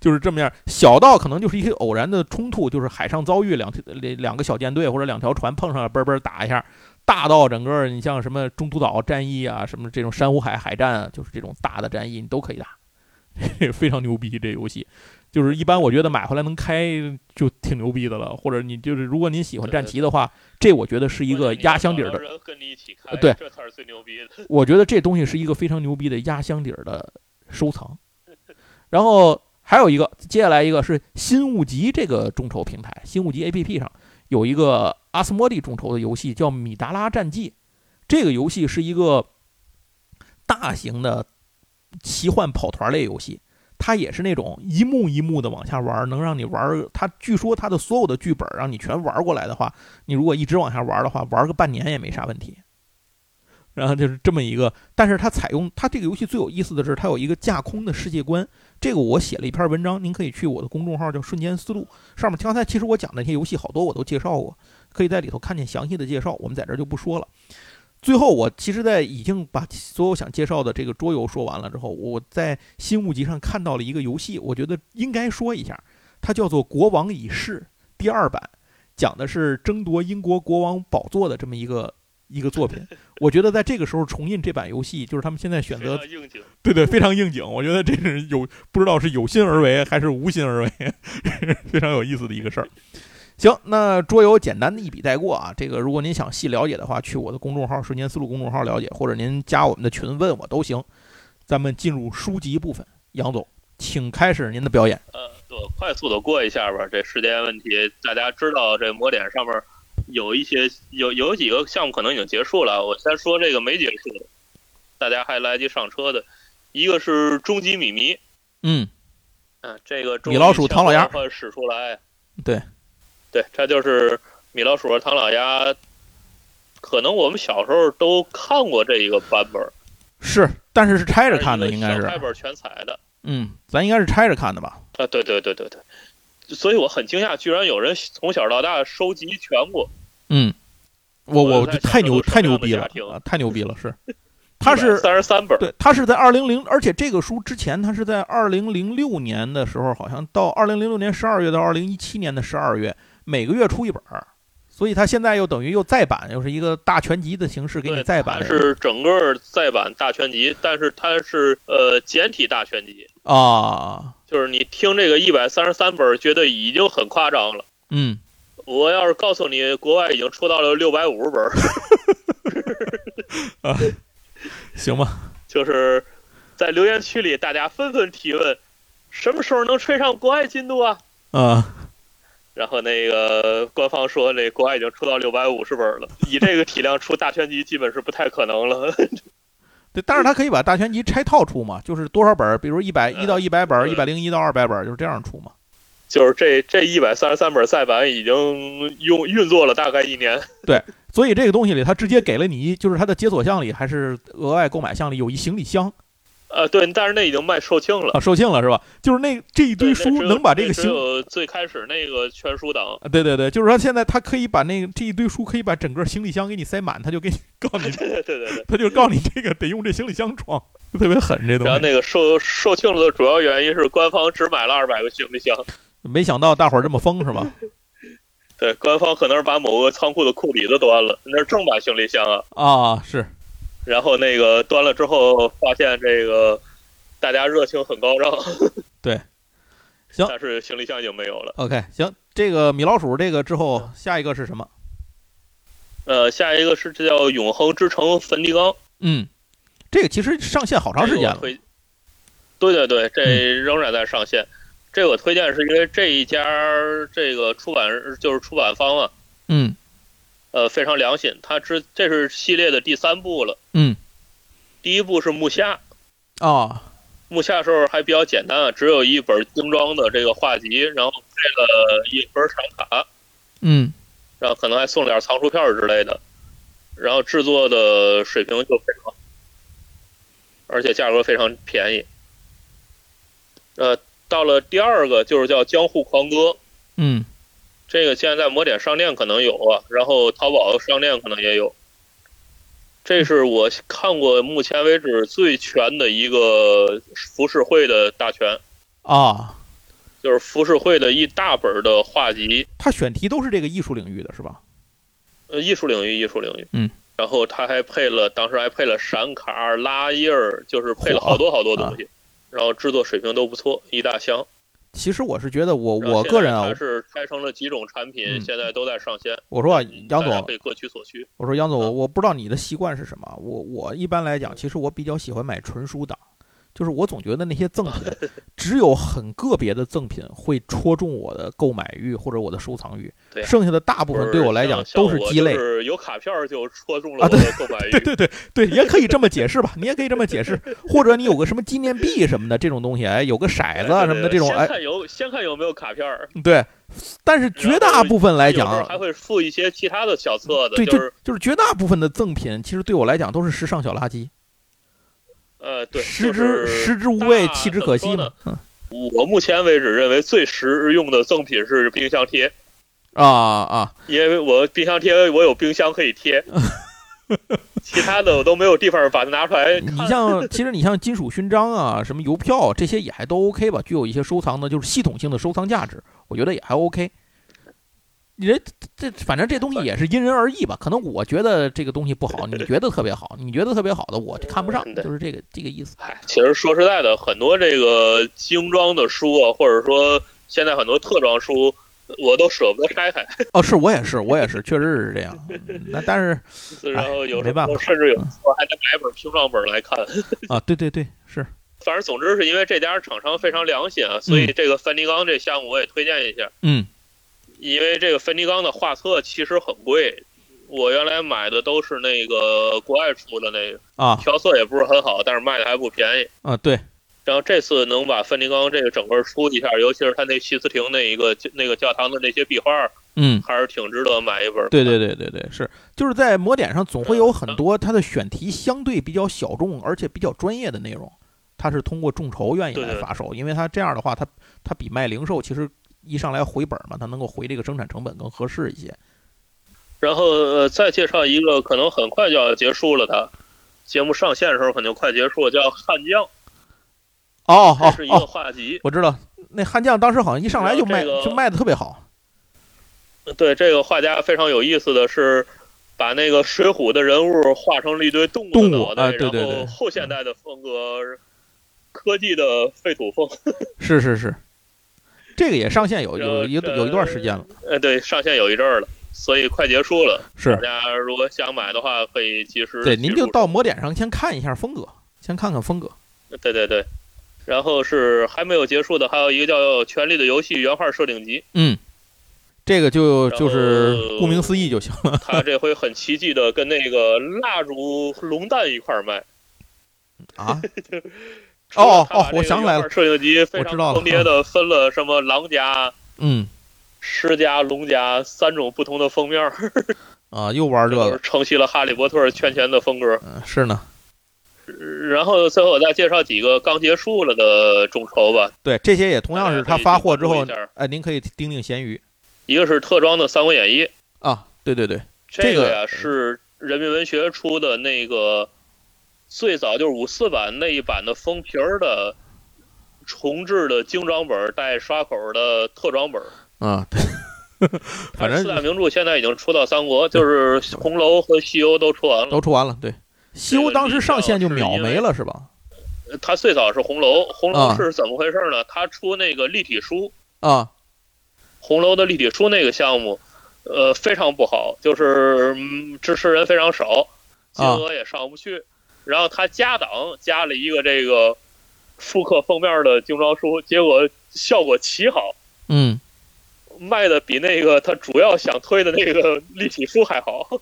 就是这么样，小到可能就是一些偶然的冲突，就是海上遭遇两两两个小舰队或者两条船碰上了，嘣嘣打一下；大到整个你像什么中途岛战役啊，什么这种珊瑚海海战啊，就是这种大的战役你都可以打， 非常牛逼这游戏。就是一般我觉得买回来能开就挺牛逼的了，或者你就是如果您喜欢战棋的话，这我觉得是一个压箱底儿的人跟你一起开，呃对这才是最牛逼的。我觉得这东西是一个非常牛逼的压箱底儿的收藏。然后还有一个，接下来一个是新物集这个众筹平台，新物集 APP 上有一个阿斯莫蒂众筹的游戏叫《米达拉战记》，这个游戏是一个大型的奇幻跑团类游戏。它也是那种一幕一幕的往下玩儿，能让你玩儿。它据说它的所有的剧本让你全玩儿过来的话，你如果一直往下玩儿的话，玩儿个半年也没啥问题。然后就是这么一个，但是它采用它这个游戏最有意思的是，它有一个架空的世界观。这个我写了一篇文章，您可以去我的公众号叫“瞬间思路”上面。刚才其实我讲的那些游戏好多我都介绍过，可以在里头看见详细的介绍，我们在这儿就不说了。最后，我其实，在已经把所有想介绍的这个桌游说完了之后，我在新物集上看到了一个游戏，我觉得应该说一下，它叫做《国王已逝》第二版，讲的是争夺英国国王宝座的这么一个一个作品。我觉得在这个时候重印这版游戏，就是他们现在选择非常应景。对对，非常应景。我觉得这是有不知道是有心而为还是无心而为， 非常有意思的一个事儿。行，那桌游简单的一笔带过啊。这个如果您想细了解的话，去我的公众号“瞬间思路”公众号了解，或者您加我们的群问我都行。咱们进入书籍部分，杨总，请开始您的表演。呃，我快速的过一下吧，这时间问题，大家知道这魔点上面有一些有有几个项目可能已经结束了，我先说这个没结束的，大家还来得及上车的，一个是终极米迷，嗯，嗯、这个终米老鼠唐老鸭快使出来，对，对，它就是米老鼠和唐老鸭，可能我们小时候都看过这一个版本，是，但是是拆着看的，它是应哎一个该小开是，本全彩的，嗯，咱应该是拆着看的吧？啊，对对对对对，所以我很惊讶，居然有人从小到大收集全过。嗯，我我我在想太这牛都是太什么牛样的逼家了庭，啊太牛逼了， 是，它是三十三本，对，他是在二零零，而且这个书之前，他是在二零零六年的时候，好像到二零零六年十二月到二零一七年的十二月，每个月出一本儿，所以他现在又等于又再版，又是一个大全集的形式给你对再版它是整个再版大全集，但是它是呃简体大全集，啊，就是你听这个一百三十三本，觉得已经很夸张了。嗯，我要是告诉你，国外已经出到了六百五十本，行吧， 就是在留言区里大家纷纷提问，什么时候能追上国外进度啊？啊，然后那个官方说，那国外已经出到六百五十本了，以这个体量出大全集基本是不太可能了。 对，但是他可以把大全集拆套出嘛，就是多少本儿，比如一百一到一百本儿，一对百零一到二百本儿，就是这样出嘛。就是这这一百三十三本再版已经用运作了大概一年， 所以这个东西里，他直接给了你一，就是他的解锁项里还是额外购买项里有一行李箱呃，对，但是那已经卖售罄了。啊，售罄了是吧？就是那这一堆对，那书只有能把这个只行有最开始那个全书档，啊，对对对，就是说现在他可以把那个这一堆书可以把整个行李箱给你塞满，他就给你告 诉你， 对对对对对。他就告诉你这个得用这行李箱装，特别狠这东然后西。那个售售罄了的主要原因是官方只买了二百个行李箱，没想到大伙儿这么疯是吧？对，官方可能是把某个仓库的库里子端了，那是正版行李箱啊。啊， 是，然后那个端了之后，发现这个大家热情很高涨， 对，行但是行李箱已经没有了。 OK，行，这个米老鼠这个之后下一个是什么？呃，下一个是这叫《永恒之城梵蒂冈》。嗯，这个其实上线好长时间这个我了。嗯推对对对，这仍然在上线。这个我推荐是因为这一家儿这个出版就是出版方啊，嗯呃，非常良心。它之这是系列的第三部了，嗯第一部是木下，啊木下的时候还比较简单啊，只有一本精装的这个画集，然后这个一本闪卡，嗯然后可能还送点藏书票之类的，然后制作的水平就非常好，而且价格非常便宜。呃，到了第二个就是叫《江户狂歌》，嗯这个现在在魔点商店可能有啊，然后淘宝商店可能也有。这是我看过目前为止最全的一个浮世绘的大全，啊，就是浮世绘的一大本儿的画集，他选题都是这个艺术领域的是吧？呃，艺术领域，艺术领域，嗯。然后他还配了，当时还配了闪卡、拉页儿，就是配了嚯啊好多好多东西，然后制作水平都不错，一大箱。其实我是觉得我然后我现个在人啊它，是拆成了几种产品，嗯现在都在上线。我说啊嗯杨大家总可以各取所需。我说杨总，啊我不知道你的习惯是什么。我我一般来嗯讲，其实我比较喜欢买纯书档，就是我总觉得那些赠 品，只有很个别的赠品会戳中我的购买欲或者我的收藏欲，对剩下的大部分对我来讲像都是鸡肋像我就。是有卡片儿就戳中啊了我的购买欲。对对对对，也可以这么解释吧，你也可以这么解 释，或者你有个什么纪念币什么的这种东西，哎，有个骰哎子啊什么的这种，先哎，看有先看有没有卡片儿，对，但是绝大部分来有时候哎讲，啊还会附一些其他的小册子，对，就就是就是绝大部分的赠品，其实对我来讲都是时尚小垃圾，呃，对，食就之是食之无味，大弃之怎可么惜说嘛呢。嗯我目前为止认为最实用的赠品是冰箱贴，啊啊，因为我冰箱贴我有冰箱可 以贴，其他的我都没有地方把它拿出来你看。像其实你像金属勋章啊，什么邮票这些也还都 OK 吧，具有一些收藏的，就是系统性的收藏价值，我觉得也还 OK。你这这反正这东西也是因人而异吧，可能我觉得这个东西不好，你觉得特别好，你觉得特别好的我看不上，嗯对就是这个这个意思。哎，其实说实在的，很多这个精装的书啊，或者说现在很多特装书，我都舍不得拆开。 哦，是我也是我也是，确实是这样。 嗯那但是然后有没时办法嗯候甚至有时候还得买本平装本来看。啊，对对对，是反正总之是因为这家厂商非常良心啊，所以这个梵蒂冈这项目我也推荐一下。嗯因为这个梵蒂冈的画册其实很贵，我原来买的都是那个国外出的那个，啊调色也不是很好，但是卖的还不便宜。啊对。然后这次能把梵蒂冈这个整个出一下，尤其是他那西斯廷那一个那个教堂的那些壁画，嗯，还是挺值得买一本。对对对对对，是，就是在魔点上总会有很多它的选题相对比较小众，而且比较专业的内容，它是通过众筹愿意对来对发售，因为它这样的话，它它比卖零售其实一上来回本嘛，它能够回这个生产成本更合适一些。然后呃，再介绍一个，可能很快就要结束了它。节目上线的时候可能快结束了，叫《悍将》，哦这哦是一个哦，画集。我知道，那悍将当时好像一上来就卖然后这个就卖的特别好对，这个画家非常有意思的是，把那个《水浒》的人物画成了一堆动物动的物脑啊袋，对对然对嗯后后现代的风格，科技的废土风。是是是，这个也上线有然有后一有一段时间了，呃，对，上线有一阵儿了，所以快结束了。是大家如果想买的话，可以及时对，您去入就到魔点上先看一下风格，先看看风格。手对对对。然后是还没有结束的，还有一个叫《权力的游戏》原画设定 集，嗯，这个就然就是后顾名思义就行了。他这回很奇迹的跟那个蜡烛龙蛋一块儿卖。啊，哦哦哦我想起来了摄影机非我常知道了坑爹的分了什么狼家、嗯狮家、龙家三种不同的封面儿，啊，又玩这就是个，承袭了《哈利波特》圈钱的风格。嗯，是呢，嗯然后最后我再介绍几个刚结束了的众筹吧，呃对，这些也同样是他发货之后哎大家可以去关注一下，哎，您可以盯盯闲鱼一个是特装的《三国演义》，啊，对对对，这这个呀是人民文学出的那个，最早就是五四版那一版的封皮儿的重制的精装本儿带刷口儿的特装本儿。啊， 对，反正四大名著现在已经出到三国，就是《红楼》和《西游》都出完了。都出完了，对。西游当时上线就秒没了是吧？他最早是《红楼》，《红楼啊》是怎么回事呢？他出那个立体书，《啊，红楼》的立体书那个项目，呃，非常不好，就是、嗯、支持人非常少，金啊额也上不去。然后他加档加了一个这个复刻封面的精装书，结果效果奇好，嗯，卖的比那个他主要想推的那个立体书还好。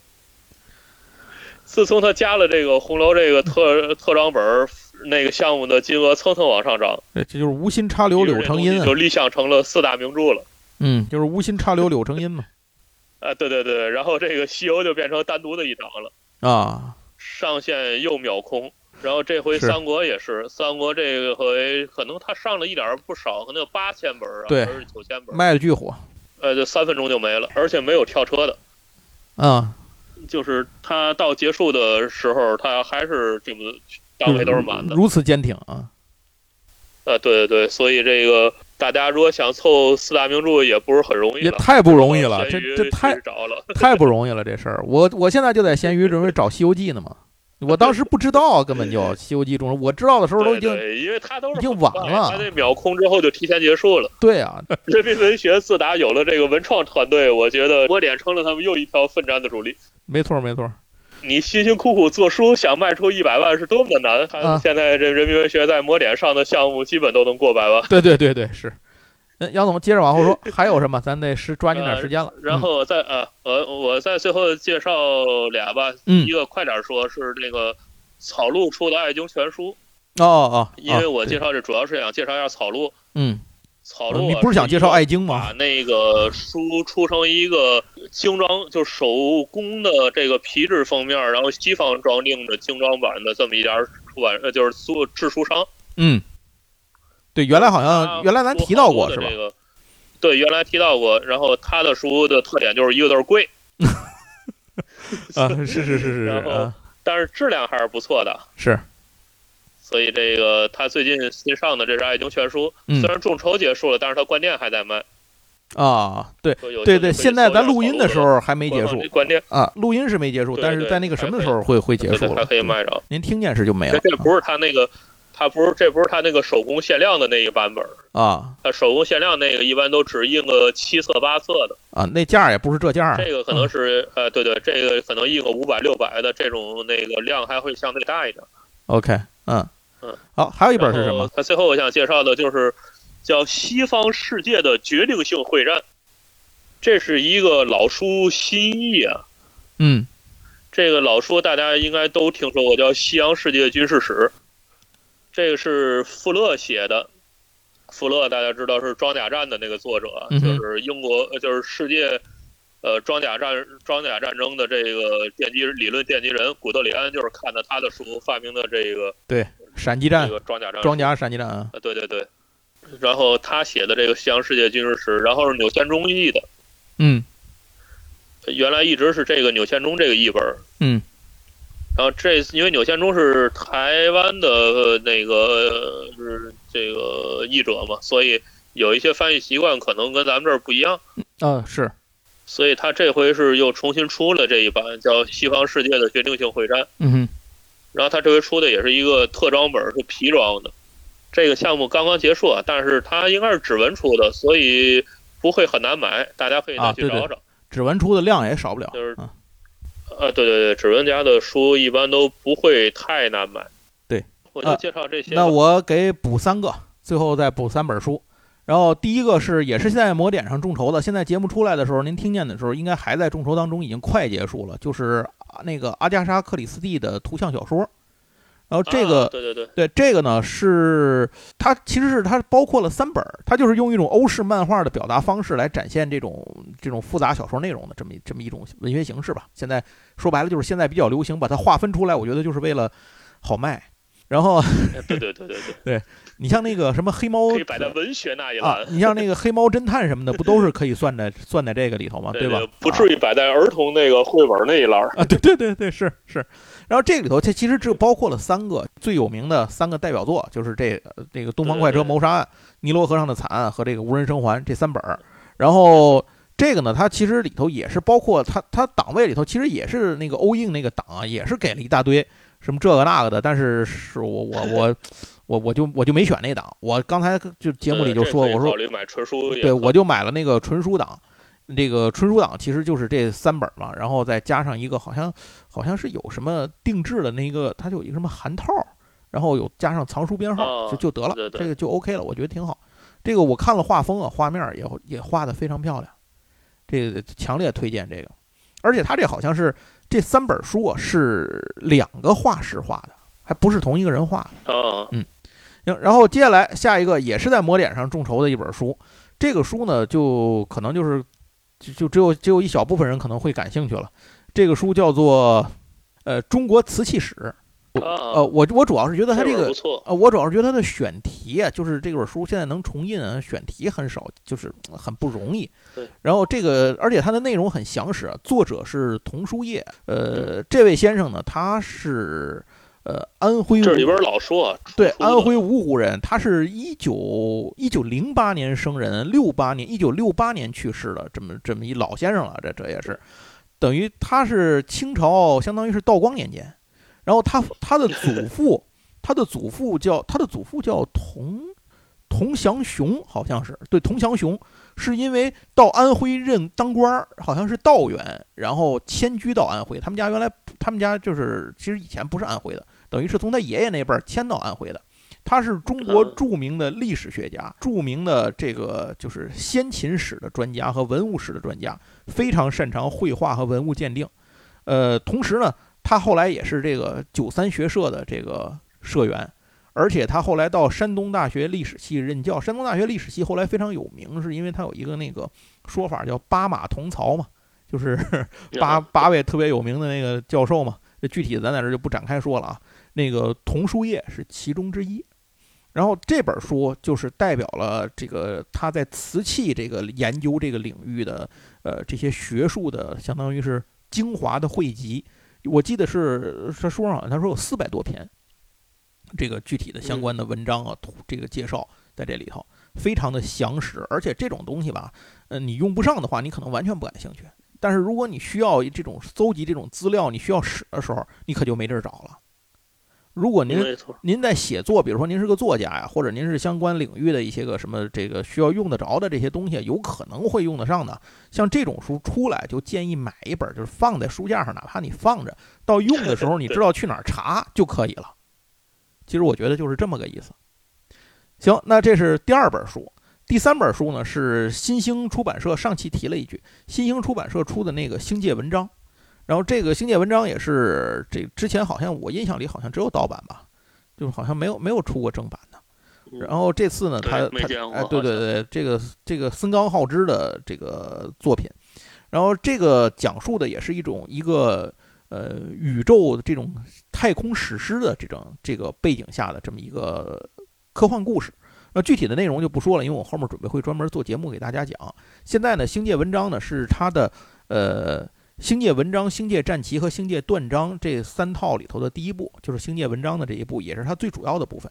自从他加了这个红楼这个特特装本儿，那个项目的金额蹭蹭往上涨，这这就是无心插柳柳成荫啊就，立项成了四大名著了。嗯，就是无心插柳柳成荫嘛，啊，对对对，然后这个西游就变成单独的一档了，啊，上线又秒空。然后这回是三国也是，三国这个回可能他上了一点儿不少，可能有八千本儿啊，对还是九千本儿，卖的巨火呃，就三分钟就没了，而且没有跳车的。啊，就是他到结束的时候，他还是这么档位都是满的。如此坚挺啊，呃，对对对，所以这个大家如果想凑四大名著也不是很容易也了，呃太不容易了，这闲鱼这太去找 了。太不容易了这事儿。我我现在就在闲鱼准备找《西游记》呢嘛，我当时不知 道，根本就《西游记》中，我知道的时候都已经对对因为他都是已经很晚快了哎他这秒空之后就提前结束 了。对啊，人民文学自打有了这个文创团队，我觉得我点成了他们又一条奋战的主力。没错没错，你辛辛苦苦做书，想卖出一百万是多么的难。他啊现在这人民文学在魔点上的项目基本都能过百万。对对对对是。嗯，杨总接着往后说，还有什么？咱得是抓紧点时间了。然后我再呃，我我再最后介绍俩吧，嗯一个快点说是那个草鹿出的《爱经全书嗯哦哦》，，因为哦我对介绍这主要是想介绍一下草鹿。嗯草鹿、你啊，不是想介绍爱京把吗？那个书出成一个精装，就手工的这个皮质封面，然后西方装订的精装版的这么一家出版，呃，就是做制书商。嗯，对，原来好啊像呃原来咱提到过是吧这？个对，原来提到过。然后他的书的特点就是一个字儿贵，啊，是是是是是然后啊，但是质量还是不错的。是所以这个他最近新上的这是《爱情全书》，嗯虽然众筹结束了，但是他关店还在卖。啊，对说有对兴趣对，可以现在搜一下咱录音的时草鹿候还没结官束方关店，啊，录音是没结束，对但是对在那个什么时候会会结对束对，还了？嗯可以卖着。您听见是就没了这这不是他那个，他不是这不是他那个手工限量的那个版本，啊他手工限量那个一般都只印个七册八册的，啊，那价儿也不是这价儿，这个可能是呃对对，这个可能印个五百六百的这种那个量还会相对大一点。 OK，嗯嗯，好，还有一这本是什么？？他最后我想介绍的就是叫《西方世界的决定性会战》，这是一个老书新译啊。嗯，这个老书大家应该都听说过，叫《西洋世界军事史》，这个是富勒写的。富勒大家知道是《装甲战》的那个作者啊，嗯哼就是英国，呃就是世界，呃，装甲战装甲战争的这个奠基理论奠基人古特里安，就是看的他的书发明的这个闪击这战，个装甲战装甲闪击战啊，呃，对对对。然后他写的这个《西洋世界军事史》，然后是钮宪忠译的，嗯原来一直是这个钮宪忠这个译本儿。嗯。然后这因为钮宪忠是台湾的呃那个呃是这个译者嘛，所以有一些翻译习惯可能跟咱们这儿不一样，啊是，所以他这回是又重新出了这一版叫《西方世界的决定性会战》。嗯哼，然后他这回出的也是一个特装本，是皮装的。这个项目刚刚结束啊，但是它应该是指纹出的，所以不会很难买，大家可以啊再去对对找找。指纹出的量也少不了，就是啊呃，对对对，指纹家的书一般都不会太难买。对，啊我就介绍这些吧。那我给补三个，最后再补三本书。然后第一个是也是现在魔点上众筹的，现在节目出来的时候，您听见的时候应该还在众筹当中，已经快结束了。就是啊那个阿加莎·克里斯蒂的图像小说，然后这个、啊、对对对，对这个呢，是它其实是它包括了三本儿，它就是用一种欧式漫画的表达方式来展现这种这种复杂小说内容的这么一这么一种文学形式吧。现在说白了就是现在比较流行，把它划分出来，我觉得就是为了好卖。然后对对对对对，你像那个什么黑猫可以摆在文学那一啊栏，，你像那个黑猫侦探什么的，不都是可以算在算在这个里头吗？ 对啊吧对？不至于摆在儿童那个绘本那一栏。啊，对对对对，是是。然后这里头它其实只包括了三个最有名的三个代表作，就是这个这个《东方快车谋杀案》《尼罗河上的惨案》和这个《无人生还》这三本儿。然后这个呢，它其实里头也是包括它它档位里头其实也是那个欧印那个档啊，也是给了一大堆什么这个那个的，但是是我我我我我就我就没选那档。我刚才就节目里就对说，这可以我说考虑买纯书也可以，对，我就买了那个纯书档，这个纯书档其实就是这三本嘛，然后再加上一个好像好像是有什么定制的那个，它就有一个什么函套，然后有加上藏书编号、哦就就得了，对对这个就 OK 了，我觉得挺好。这个我看了画风啊，画面也也画得非常漂亮，这个强烈推荐这个。而且它这好像是这三本书啊是两个画师画的，还不是同一个人画的。啊，行，然后接下来下一个也是在魔点上众筹的一本书，这个书呢就可能就是就就只有只有一小部分人可能会感兴趣了。这个书叫做呃《中国瓷器史》，呃，啊，我我主要是觉得它这本个不错，呃，我主要是觉得它的选题啊，就是这本书现在能重印啊，选题很少，就是呃很不容易对。然后这个，而且它的内容很详实啊，作者是童书业，呃，这位先生呢，他是呃安徽这里武边老说啊对，出的安徽芜湖人，他是一九一九零八年生人，六八年一九六八年去世的，这么这么一老先生了，这这也是，等于他是清朝，相当于是道光年间，然后他他的祖父， 他的祖父叫他的祖父叫童童祥雄，好像是对童祥雄，是因为到安徽任当官儿，好像是道员，然后迁居到安徽。他们家原来他们家就是其实以前不是安徽的，等于是从他爷爷那辈儿迁到安徽的。他是中国嗯著名的历史学家，著名的这个就是先秦史的专家和文物史的专家，非常擅长绘画和文物鉴定。呃，同时呢，他后来也是这个九三学社的这个社员，而且他后来到山东大学历史系任教。山东大学历史系后来非常有名，是因为他有一个那个说法叫“八马同槽”嘛，就是嗯八八位特别有名的那个教授嘛。这具体的咱在这儿就不展开说了啊。那个童书业是其中之一。然后这本书就是代表了这个他在瓷器这个研究这个领域的呃这些学术的，相当于是精华的汇集。我记得是他书上好像他说有四百多篇，这个具体的相关的文章啊，图这个介绍在这里头非常的详实，而且这种东西吧，呃，你用不上的话，你可能完全不感兴趣。但是如果你需要这种搜集这种资料，你需要使的时候，你可就没地儿找了。如果您没错，您在写作，比如说您是个作家呀，或者您是相关领域的一些个什么这个需要用得着的这些东西，有可能会用得上的。像这种书出来，就建议买一本，就是放在书架上，哪怕你放着，到用的时候你知道去哪儿查就可以了。其实我觉得就是这么个意思。行，那这是第二本书，第三本书呢是新兴出版社上期提了一句，新兴出版社出的那个《星界文章》，然后这个《星界文章》也是这之前好像我印象里好像只有盗版吧，就是好像没有没有出过正版的。嗯然后这次呢，对他没他见过哎，对对好对，这个这个森冈浩之的这个作品，然后这个讲述的也是一种一个呃宇宙的这种太空史诗的这种这个背景下的这么一个科幻故事。那具体的内容就不说了，因为我后面准备会专门做节目给大家讲。现在呢，《星界文章呢》是它的呃《星界文章》《星界战旗》和《星界断章》这三套里头的第一部，就是《星界文章》的这一部，也是它最主要的部分。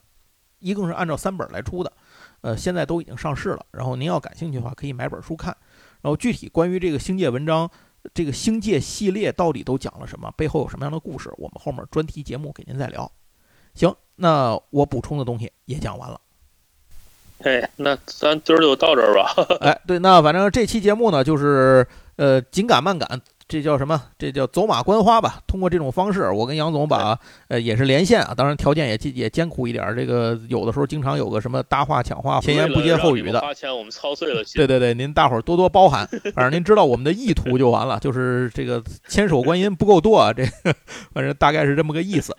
一共是按照三本来出的，呃，现在都已经上市了。然后您要感兴趣的话，可以买本书看。然后具体关于这个《星界文章》这个《星界》系列到底都讲了什么，背后有什么样的故事，我们后面专题节目给您再聊。行，那我补充的东西也讲完了。哎，那咱今儿就到这儿吧。哎，对，那反正这期节目呢，就是呃紧赶慢赶，这叫什么？这叫走马观花吧。通过这种方式，我跟杨总把呃也是连线啊，当然条件也艰也艰苦一点儿。这个有的时候经常有个什么搭话抢话，前言不接后语的。花钱我们操碎了心。对对对，您大伙儿多多包涵，反正您知道我们的意图就完了，就是这个千手观音不够多啊，这个反正大概是这么个意思。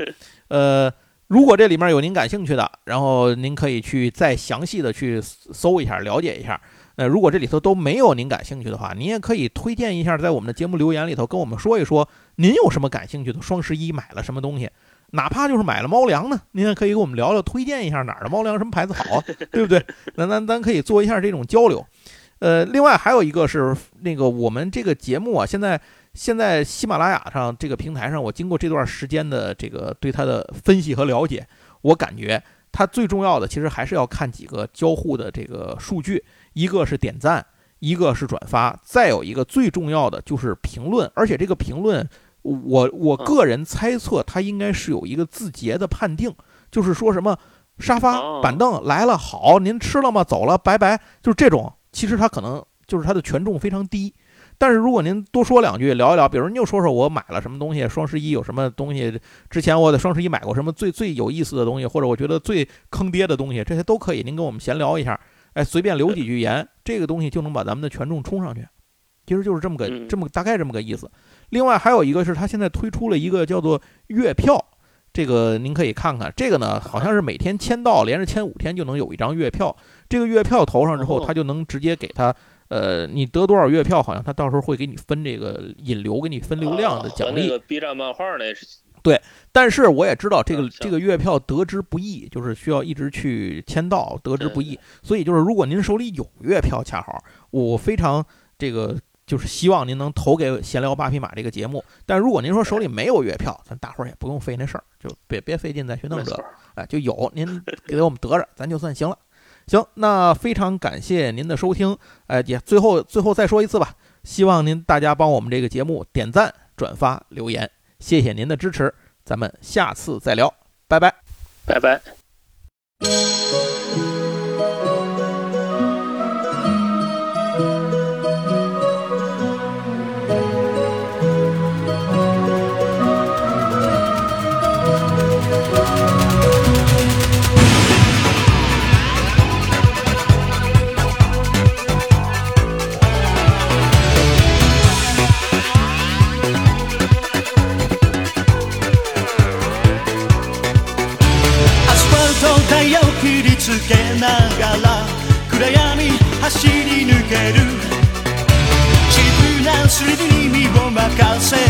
呃，如果这里面有您感兴趣的，然后您可以去再详细的去搜一下，了解一下。那如果这里头都没有您感兴趣的话，您也可以推荐一下，在我们的节目留言里头跟我们说一说，您有什么感兴趣的，双十一买了什么东西。哪怕就是买了猫粮呢，您也可以给我们聊聊，推荐一下哪儿的猫粮什么牌子好啊，对不对？咱咱咱可以做一下这种交流。呃，另外还有一个是那个我们这个节目啊，现在现在喜马拉雅上这个平台上，我经过这段时间的这个对它的分析和了解，我感觉它最重要的其实还是要看几个交互的这个数据，一个是点赞，一个是转发，再有一个最重要的就是评论，而且这个评论。我我嗯个人猜测，它应该是有一个字节的判定，就是说什么沙发、哦板凳来了好，您吃了吗？走了，拜拜，就是这种。其实它可能就是它的权重非常低，但是如果您多说两句，聊一聊，比如您就说说我买了什么东西，双十一有什么东西，之前我在双十一买过什么最最有意思的东西，或者我觉得最坑爹的东西，这些都可以，您跟我们闲聊一下，哎，随便留几句言，这个东西就能把咱们的权重冲上去。其实就是这么个嗯这么大概这么个意思。另外还有一个是，它现在推出了一个叫做月票，这个您可以看看。这个呢，好像是每天签到，连着签五天就能有一张月票。这个月票投上之后，哦它就能直接给它，呃，你得多少月票，好像它到时候会给你分这个引流，给你分流量的啊奖和励。那个 B 站漫画那是，但是我也知道这个嗯行这个月票得之不易，就是需要一直去签到，得之不易对。所以就是如果您手里有月票，恰好我非常这个就是希望您能投给闲聊八匹马这个节目。但如果您说手里没有月票，咱大伙儿也不用费那事儿，就别别费劲再去弄没这错个，哎，就有您给我们得着，咱就算行了。行，那非常感谢您的收听，哎，也最后最后再说一次吧，希望您大家帮我们这个节目点赞、转发、留言，谢谢您的支持，咱们下次再聊，拜拜。拜拜。 I swear canción